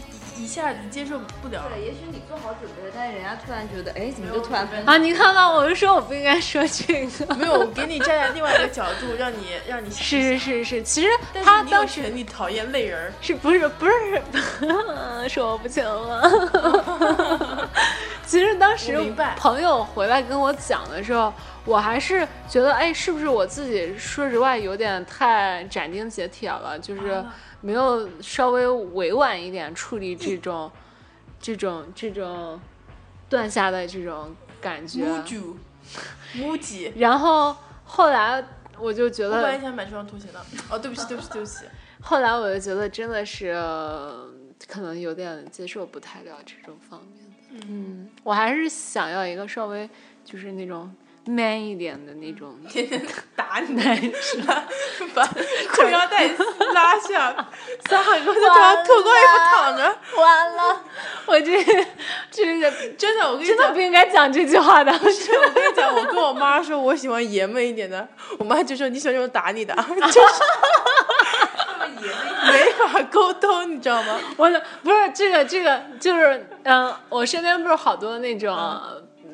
Speaker 4: 一一下子接受不了，
Speaker 5: 对，也许你做好准备了，但是人家突然觉得，哎，怎么
Speaker 4: 没
Speaker 5: 就
Speaker 4: 有
Speaker 5: 突然
Speaker 4: 准备
Speaker 5: 分手？
Speaker 3: 啊，你看吧，我就说我不应该说这个。
Speaker 4: 没有，我给你站在另外一个角度，让你让你
Speaker 3: 是是是是，其实
Speaker 4: 但是
Speaker 3: 他
Speaker 4: 你有
Speaker 3: 当时
Speaker 4: 权利讨厌类人儿，
Speaker 3: 是不是不是说我不行了？ 其实当时
Speaker 4: 我明白
Speaker 3: 朋友回来跟我讲的时候，我还是觉得，哎，是不是我自己说实话有点太斩钉截铁了，就是
Speaker 4: 啊
Speaker 3: 没有稍微委婉一点处理这种、这种、这种断下的这种感觉。
Speaker 4: 母猪，母鸡。
Speaker 3: 然后后来我就觉
Speaker 4: 我本来
Speaker 3: 得，
Speaker 4: 想买这双拖鞋的，哦，对不起，对不起，对不起，
Speaker 3: 后来我就觉得真的是呃可能有点接受不太了这种方面的。嗯，我还是想要一个稍微就是那种 man 一点的那种。
Speaker 4: 天天打你，把裤腰带拉下，撒上之后在床上脱光衣服躺着。
Speaker 3: 完了， 我这这
Speaker 4: 真的，我跟你
Speaker 3: 真的
Speaker 4: 讲
Speaker 3: 不，应该讲这句话的。
Speaker 4: 我跟你讲，我跟我妈说我喜欢爷们一点的，我妈就说你喜欢这种打你的，就是。没法沟通，你知道吗？
Speaker 3: 我的不是这个，这个就是，嗯、我身边不是好多那种，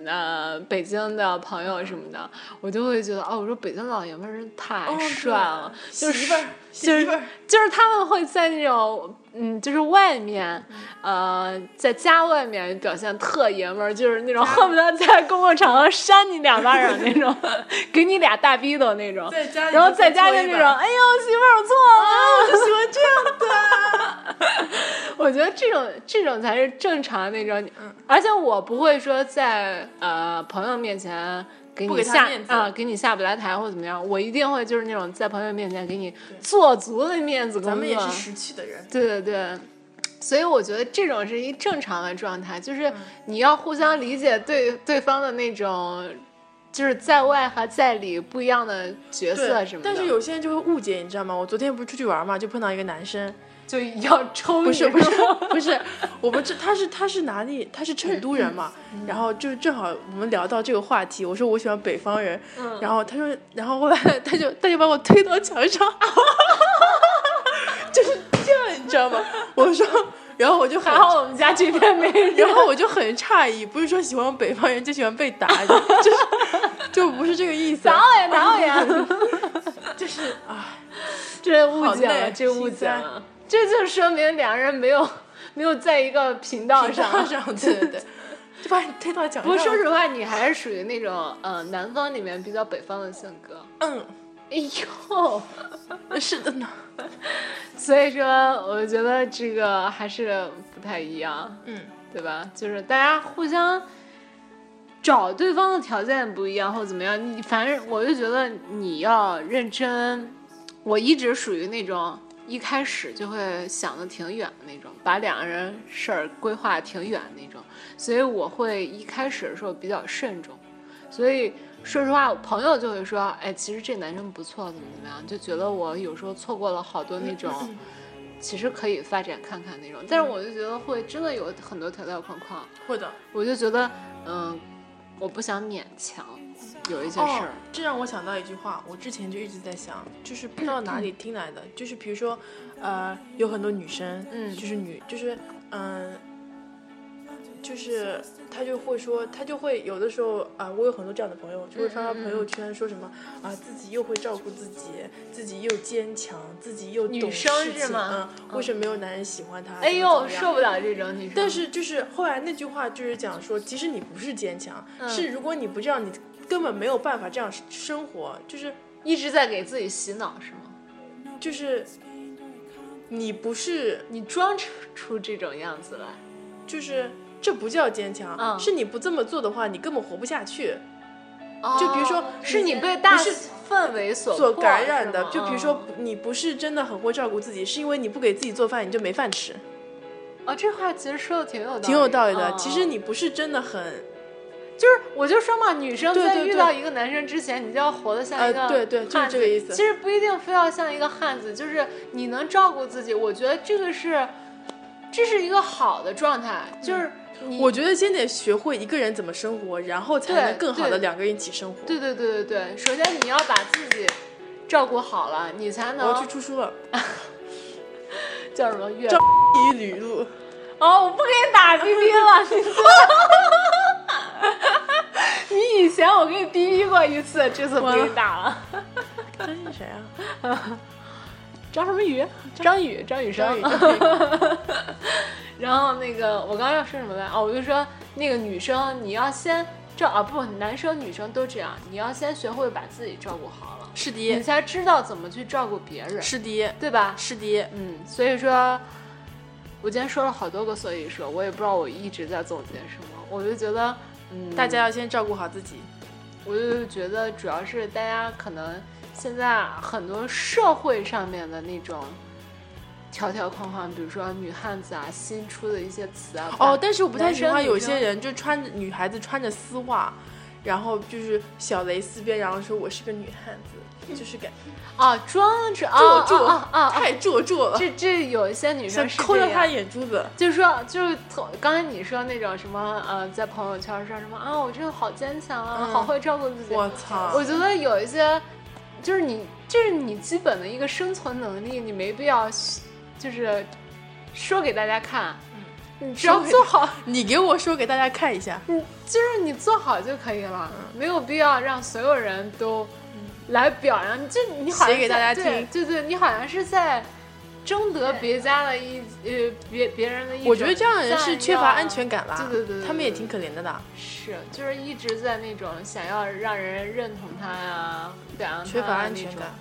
Speaker 3: 呃，北京的朋友什么的，我就会觉得，哦，我说北京老爷们儿真太帅了，就是就
Speaker 4: 媳
Speaker 3: 是嗯
Speaker 4: 妇儿
Speaker 3: 就是他们会在那种，嗯，就是外面，呃，在家外面表现特爷们儿，就是那种恨不得在公共场合扇你两巴掌那种， 给你俩大逼斗那种，
Speaker 4: 在家里
Speaker 3: 然后
Speaker 4: 就
Speaker 3: 在
Speaker 4: 搓
Speaker 3: 家
Speaker 4: 一
Speaker 3: 就那
Speaker 4: 把
Speaker 3: 种，哎呦，媳妇儿，我错了，我就喜欢这样的。
Speaker 4: 哦
Speaker 3: 我觉得这种这种才是正常的那种，
Speaker 4: 嗯
Speaker 3: 而且我不会说在呃朋友面前给
Speaker 4: 不
Speaker 3: 你
Speaker 4: 给他
Speaker 3: 下
Speaker 4: 面子
Speaker 3: 啊、给你下不来台或怎么样，我一定会就是那种在朋友面前给你做足了面子工作。
Speaker 4: 咱们也是识趣的人，
Speaker 3: 对对对，所以我觉得这种是一正常的状态，就是
Speaker 4: 嗯
Speaker 3: 你要互相理解对对方的那种，就是在外和在里不一样的角色
Speaker 4: 对
Speaker 3: 什么的。
Speaker 4: 但是有些人就会误解，你知道吗？我昨天不是出去玩嘛，就碰到一个男生，
Speaker 3: 就要抽
Speaker 4: 不
Speaker 3: 你
Speaker 4: 是不是
Speaker 3: 然后
Speaker 4: 不是， 我们这他是他是哪里？他是成都人嘛。
Speaker 3: 嗯
Speaker 4: 然后就正好我们聊到这个话题，我说我喜欢北方人，
Speaker 3: 嗯
Speaker 4: 然后他说，然后后来他就他就把我推到墙上， 就是这样，你知道吗？我说，然后我就很
Speaker 3: 还好我们家这边没人。
Speaker 4: 然后我就很诧异，不是说喜欢北方人就喜欢被打，就是就不是这个意思。啊
Speaker 3: 导演，导演，
Speaker 4: 就是啊，
Speaker 3: 这误解
Speaker 4: 好
Speaker 3: 了，
Speaker 4: 累啊
Speaker 3: 这误解
Speaker 4: 心塞
Speaker 3: 了，这就说明两人没有没有在一个频道
Speaker 4: 上
Speaker 3: 上。
Speaker 4: 上对对对，就把你推到墙上。
Speaker 3: 不过说实话，你还是属于那种呃南方里面比较北方的性格。
Speaker 4: 嗯，
Speaker 3: 哎呦，
Speaker 4: 是的呢。
Speaker 3: 所以说我觉得这个还是不太一样，
Speaker 4: 嗯，
Speaker 3: 对吧？就是大家互相找对方的条件不一样，或怎么样，你反正我就觉得你要认真。我一直属于那种一开始就会想的挺远的那种，把两个人事儿规划挺远的那种，所以我会一开始的时候比较慎重。所以说实话，我朋友就会说，哎，其实这男生不错，怎么怎么样，就觉得我有时候错过了好多那种，其实可以发展看看那种。但是我就觉得会真的有很多条条框框，
Speaker 4: 会的。
Speaker 3: 我就觉得，嗯，我不想勉强有一些事
Speaker 4: 哦
Speaker 3: 儿。，
Speaker 4: 这让我想到一句话，我之前就一直在想，就是不知道哪里
Speaker 3: 嗯
Speaker 4: 听来的，就是比如说，呃，有很多女生，
Speaker 3: 嗯
Speaker 4: 就是女，就是嗯、就是她就会说，她就会有的时候啊、我有很多这样的朋友，
Speaker 3: 嗯
Speaker 4: 就会发发朋友圈说什么啊、自己又会照顾自己，自己又坚强，自己又
Speaker 3: 女
Speaker 4: 懂
Speaker 3: 生
Speaker 4: 事
Speaker 3: 是
Speaker 4: 情
Speaker 3: 吗
Speaker 4: 嗯，为什么没有男人喜欢她？
Speaker 3: 哎
Speaker 4: 怎么
Speaker 3: 呦，
Speaker 4: 怎么样
Speaker 3: 受不了这种女生。
Speaker 4: 但是就是后来那句话就是讲说，其实你不是坚强，
Speaker 3: 嗯
Speaker 4: 是如果你不这样，你根本没有办法这样生活，就是
Speaker 3: 一直在给自己洗脑是吗？
Speaker 4: 就是你不是
Speaker 3: 你装出出这种样子来，
Speaker 4: 就是这不叫坚强，
Speaker 3: 嗯
Speaker 4: 是你不这么做的话，你根本活不下去。
Speaker 3: 哦
Speaker 4: 就比如说
Speaker 3: 是
Speaker 4: 你
Speaker 3: 你被大
Speaker 4: 不是
Speaker 3: 氛围所
Speaker 4: 所
Speaker 3: 迫
Speaker 4: 感染
Speaker 3: 是
Speaker 4: 的
Speaker 3: 吗，嗯
Speaker 4: 就比如说你不是真的很会照顾自己，是因为你不给自己做饭，你就没饭吃，
Speaker 3: 哦，这话其实说的挺有道理，
Speaker 4: 挺有道理的。
Speaker 3: 嗯
Speaker 4: 其实你不是真的很，
Speaker 3: 就是我就说嘛，女生
Speaker 4: 对
Speaker 3: 在
Speaker 4: 对
Speaker 3: 遇
Speaker 4: 对
Speaker 3: 到一个男生之前，你就要活得像一个
Speaker 4: 呃对对就是
Speaker 3: 汉子
Speaker 4: 这个意思
Speaker 3: 其实不一定非要像一个汉子，就是你能照顾自己，我觉得这个是这是一个好的状态，就是你
Speaker 4: 嗯我觉得先得学会一个人怎么生活，然后才
Speaker 3: 对
Speaker 4: 能更好
Speaker 3: 对
Speaker 4: 的两个人一起生活。
Speaker 3: 对对对对对，首先你要把自己照顾好了，你才
Speaker 4: 我要去
Speaker 3: 能
Speaker 4: 出 书了，
Speaker 3: 叫什么月
Speaker 4: 照一旅路。
Speaker 3: 哦，我不给你 打逼逼了，你说。 你以前我给你逼逼过一次，这次不给你打了。
Speaker 4: 这
Speaker 3: 哎
Speaker 4: 是谁啊？
Speaker 3: 张什么宇？张宇，张雨生。 然后那个我刚刚要说什么来？哦，我就说那个女生你要先照啊，不，男生女生都这样，你要先学会把自己照顾好了，
Speaker 4: 是
Speaker 3: 你
Speaker 4: 的，
Speaker 3: 才知道怎么去照顾别人，
Speaker 4: 是的，
Speaker 3: 对吧？
Speaker 4: 是的。
Speaker 3: 嗯，所以说，我今天说了好多个所以说，我也不知道我一直在总结什么，我就觉得，嗯，
Speaker 4: 大家要先照顾好自己。
Speaker 3: 我就觉得主要是大家可能现在很多社会上面的那种条条框框，比如说女汉子啊，新出的一些词啊。
Speaker 4: 哦，但是我不太喜欢有
Speaker 3: 男
Speaker 4: 些
Speaker 3: 生
Speaker 4: 人就穿着女孩子穿着丝袜，然后就是小蕾丝边，然后说我是个女汉子，就是感
Speaker 3: 啊，装着
Speaker 4: 做
Speaker 3: 啊
Speaker 4: 作，
Speaker 3: 啊啊啊！
Speaker 4: 太做作了，
Speaker 3: 这这有一些女生
Speaker 4: 想
Speaker 3: 是
Speaker 4: 抠掉
Speaker 3: 这
Speaker 4: 她
Speaker 3: 样
Speaker 4: 眼珠子。
Speaker 3: 就是说，就是从刚才你说那种什么，呃，在朋友圈说什么啊，我真的好坚强啊，
Speaker 4: 嗯
Speaker 3: 好会照顾自己。
Speaker 4: 我操！
Speaker 3: 我觉得有一些就是你这是你基本的一个生存能力，你没必要就是说给大家看，你只要
Speaker 4: 嗯说给
Speaker 3: 做好，
Speaker 4: 你给我说给大家看一下，
Speaker 3: 你就是你做好就可以了，
Speaker 4: 嗯
Speaker 3: 没有必要让所有人都来表扬你。这你好像
Speaker 4: 写给
Speaker 3: 在
Speaker 4: 大家
Speaker 3: 对
Speaker 4: 听
Speaker 3: 对对，你好像是在征得别家的一呃别别人的一种赞扬，
Speaker 4: 我觉得这样的人是缺乏安全感吧，
Speaker 3: 对对对对
Speaker 4: 他们也
Speaker 3: 对
Speaker 4: 挺可怜的啦，
Speaker 3: 是，就是一直在那种想要让人认同他呀、表扬他
Speaker 4: 缺乏
Speaker 3: 啊
Speaker 4: 安
Speaker 3: 那
Speaker 4: 全
Speaker 3: 种
Speaker 4: 感，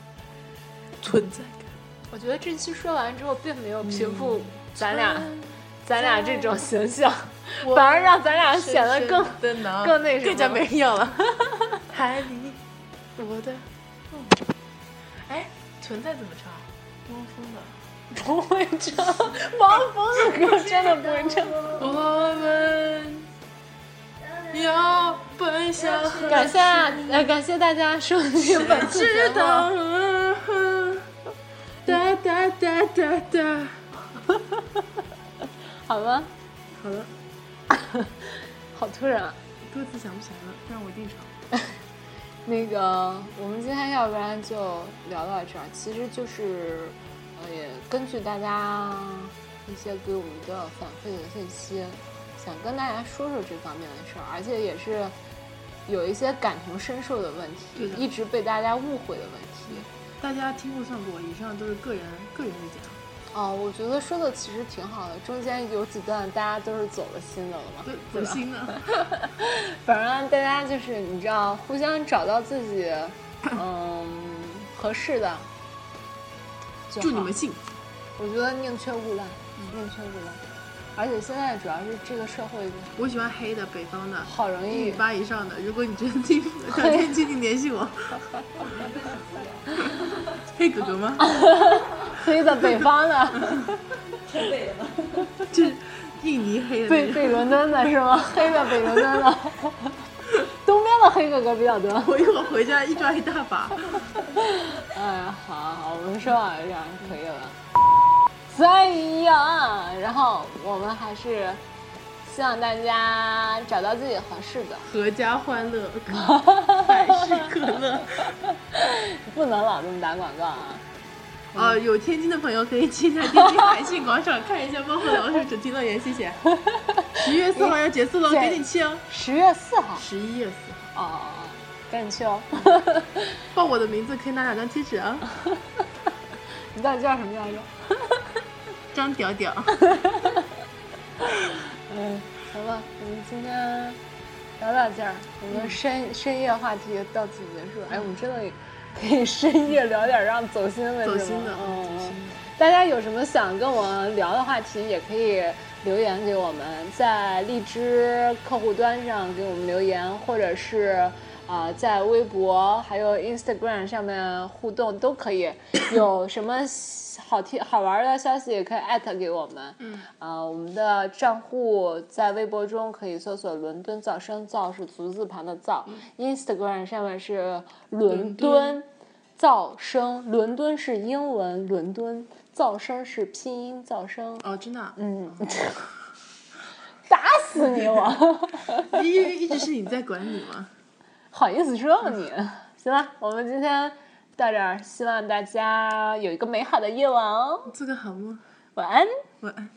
Speaker 4: 存在感。
Speaker 3: 我觉得这期说完之后，并没有平
Speaker 4: 嗯
Speaker 3: 复咱俩、咱俩这种形象，反而让咱俩 显得更
Speaker 4: 的呢
Speaker 3: 更那什么
Speaker 4: 更加没人要 了。海里，我的，梦哎，存在怎么唱？啊汪峰 的。
Speaker 3: 不会 唱。王峰的歌真的不会 唱。
Speaker 4: 我们要奔向
Speaker 3: 感谢啊呃感谢大家收听本期节
Speaker 4: 知
Speaker 3: 目。
Speaker 4: 道。
Speaker 3: 嗯
Speaker 4: 哒哒哒哒哒。
Speaker 3: 好吗？
Speaker 4: 好了，
Speaker 3: 好突然啊！
Speaker 4: 歌词想不起来了，让我一定唱。
Speaker 3: 那个，我们今天要不然就聊到这儿。其实就是，呃，也根据大家一些给我们的反馈的信息，想跟大家说说这方面的事儿，而且也是有一些感同身受的问
Speaker 4: 对
Speaker 3: 题
Speaker 4: 的，
Speaker 3: 一直被大家误会的问题。
Speaker 4: 大家听过算过，以上都是个人个人意见啊。
Speaker 3: 哦，我觉得说的其实挺好的，中间有几段大家都是走了心的了嘛。
Speaker 4: 对，走心了。
Speaker 3: 反正大家就是你知道，互相找到自己嗯合适的 就好。
Speaker 4: 祝你们幸福。
Speaker 3: 我觉得宁缺毋滥，宁缺毋滥。而且现在主要是这个社会
Speaker 4: 我喜欢黑的，北方的，
Speaker 3: 好容
Speaker 4: 一米
Speaker 3: 易
Speaker 4: 八以上的。如果你真的听不想听，请你联 系我。黑哥哥吗？
Speaker 3: 黑的北方的，
Speaker 4: 就是印尼黑的那
Speaker 3: 北
Speaker 4: 种。
Speaker 3: 北伦敦的是吗？黑的北伦敦的，东边的黑哥哥比较多。
Speaker 4: 我一会儿回家一抓一大把。
Speaker 3: 哎，好好，我们说好这样可以了。所以啊，然后我们还是希望大家找到自己合适的，
Speaker 4: 阖家 欢乐，百事可乐。
Speaker 3: 不能老这么打广告啊。
Speaker 4: 啊，有天津的朋友可以去一下天津海信广场看一下《猫和老鼠》整期乐园，谢谢。十一月四号要结束了，
Speaker 3: 对
Speaker 4: 赶紧去哦。
Speaker 3: 十月四号，
Speaker 4: 十一月四号，
Speaker 3: 哦哦哦，赶紧去哦。
Speaker 4: 报我的名字可以拿两张贴纸啊，
Speaker 3: 你到底叫什么来着？
Speaker 4: 张屌屌。
Speaker 3: 嗯，行吧，我们今天聊到这儿，我们的
Speaker 4: 嗯
Speaker 3: 深、深夜话题到此结束。哎，我们真的可以深夜聊点让走心的，
Speaker 4: 走
Speaker 3: 是吗
Speaker 4: 心的
Speaker 3: 嗯
Speaker 4: 走心。
Speaker 3: 大家有什么想跟我聊的话题，也可以留言给我们，在荔枝客户端上给我们留言，或者是啊、呃在微博还有 Instagram 上面互动都可 以。有什么好听好玩的消息，也可以艾特给我们。嗯，啊，我们的账户在微博中可以搜索“伦敦噪声”，噪是足字旁的噪、i n s t a g r a m 上面是嗯伦敦噪声，伦敦是英文，伦敦噪声是拼音噪声。
Speaker 4: 哦，真的啊，
Speaker 3: 嗯，打死你我！
Speaker 4: 一一直是你在管理吗？
Speaker 3: 好意思说你。行了，我们今天到这儿，希望大家有一个美好的夜晚哦，
Speaker 4: 做个好梦，
Speaker 3: 晚安。
Speaker 4: 晚安。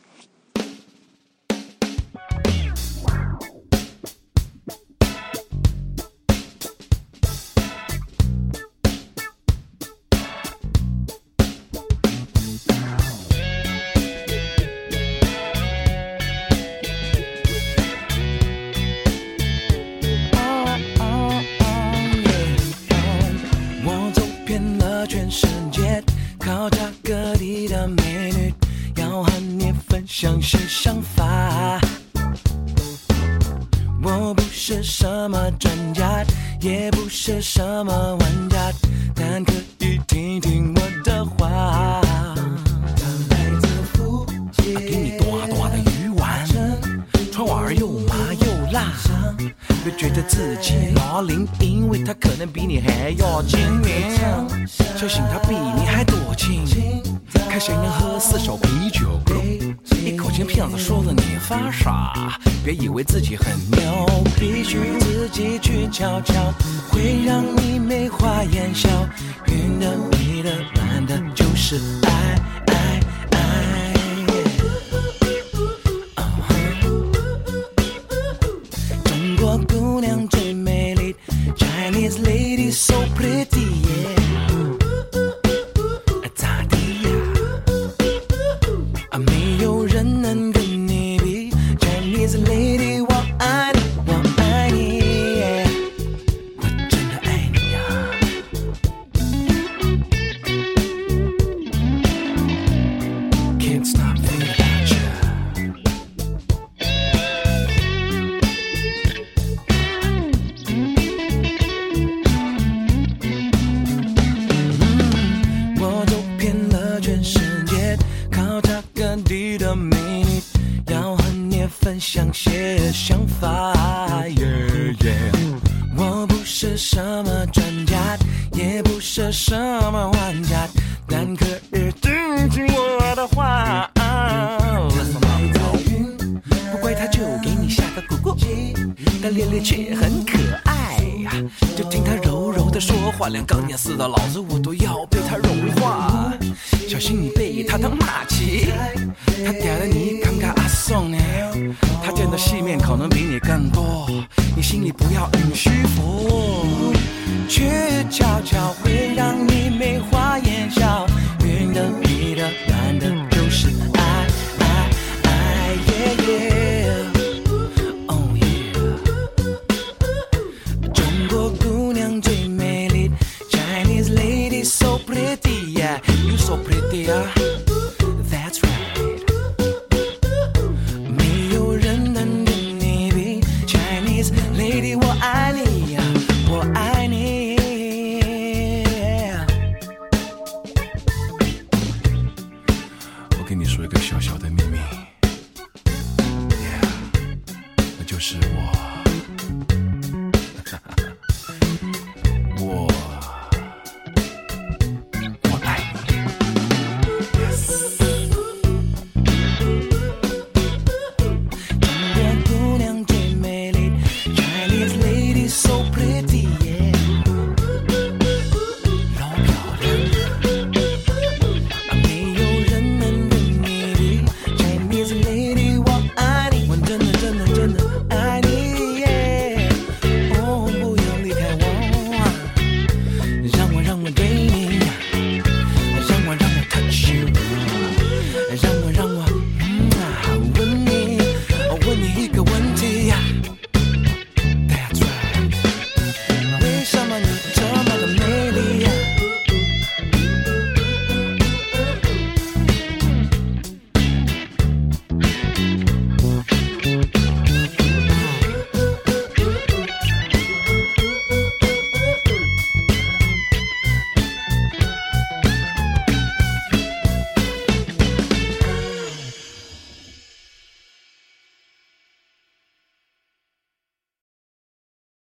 Speaker 7: 哦哦哦耶！我走遍了全世界，靠着各地的美女，要和你分享新想法。我不是什么专家，也不是什么玩家，但可以听听我的话。它来自福建，
Speaker 8: 给你多多的鱼丸，川碗儿又麻又辣，别觉得自己老灵，因为他可能比你还要精明，相信他比你还多情，看谁能喝四手啤酒，一口气骗子说的你发傻，别以为自己很牛，必须自己去瞧瞧，会让你眉花眼笑。别是爱爱爱。中国姑娘最美丽，Chinese lady so pretty yeah。咋地呀？啊，没有人能跟你比，Chinese lady，我爱你，我爱你，yeah，我真的爱你呀、Can't stop thinking about you. Mm, 我走遍了全世界，考察各地的美女，要和你分享些想法。Yeah, yeah 我不是什么专家，也不是什么玩家，但可以听听我的话。啊不乖他就给你下个咕咕，但烈烈却很可爱。就听他柔柔的说话，连钢铁似的，老子我都要被他融化。小心你被他当马骑，他点了你尴尬阿送呢，他见的世面可能比你更多，你心里不要很虚浮。鹊悄悄会让你眉花眼笑，云的迷的蓝的就是爱爱爱耶耶，Oh yeah。中国姑娘最美 Oh,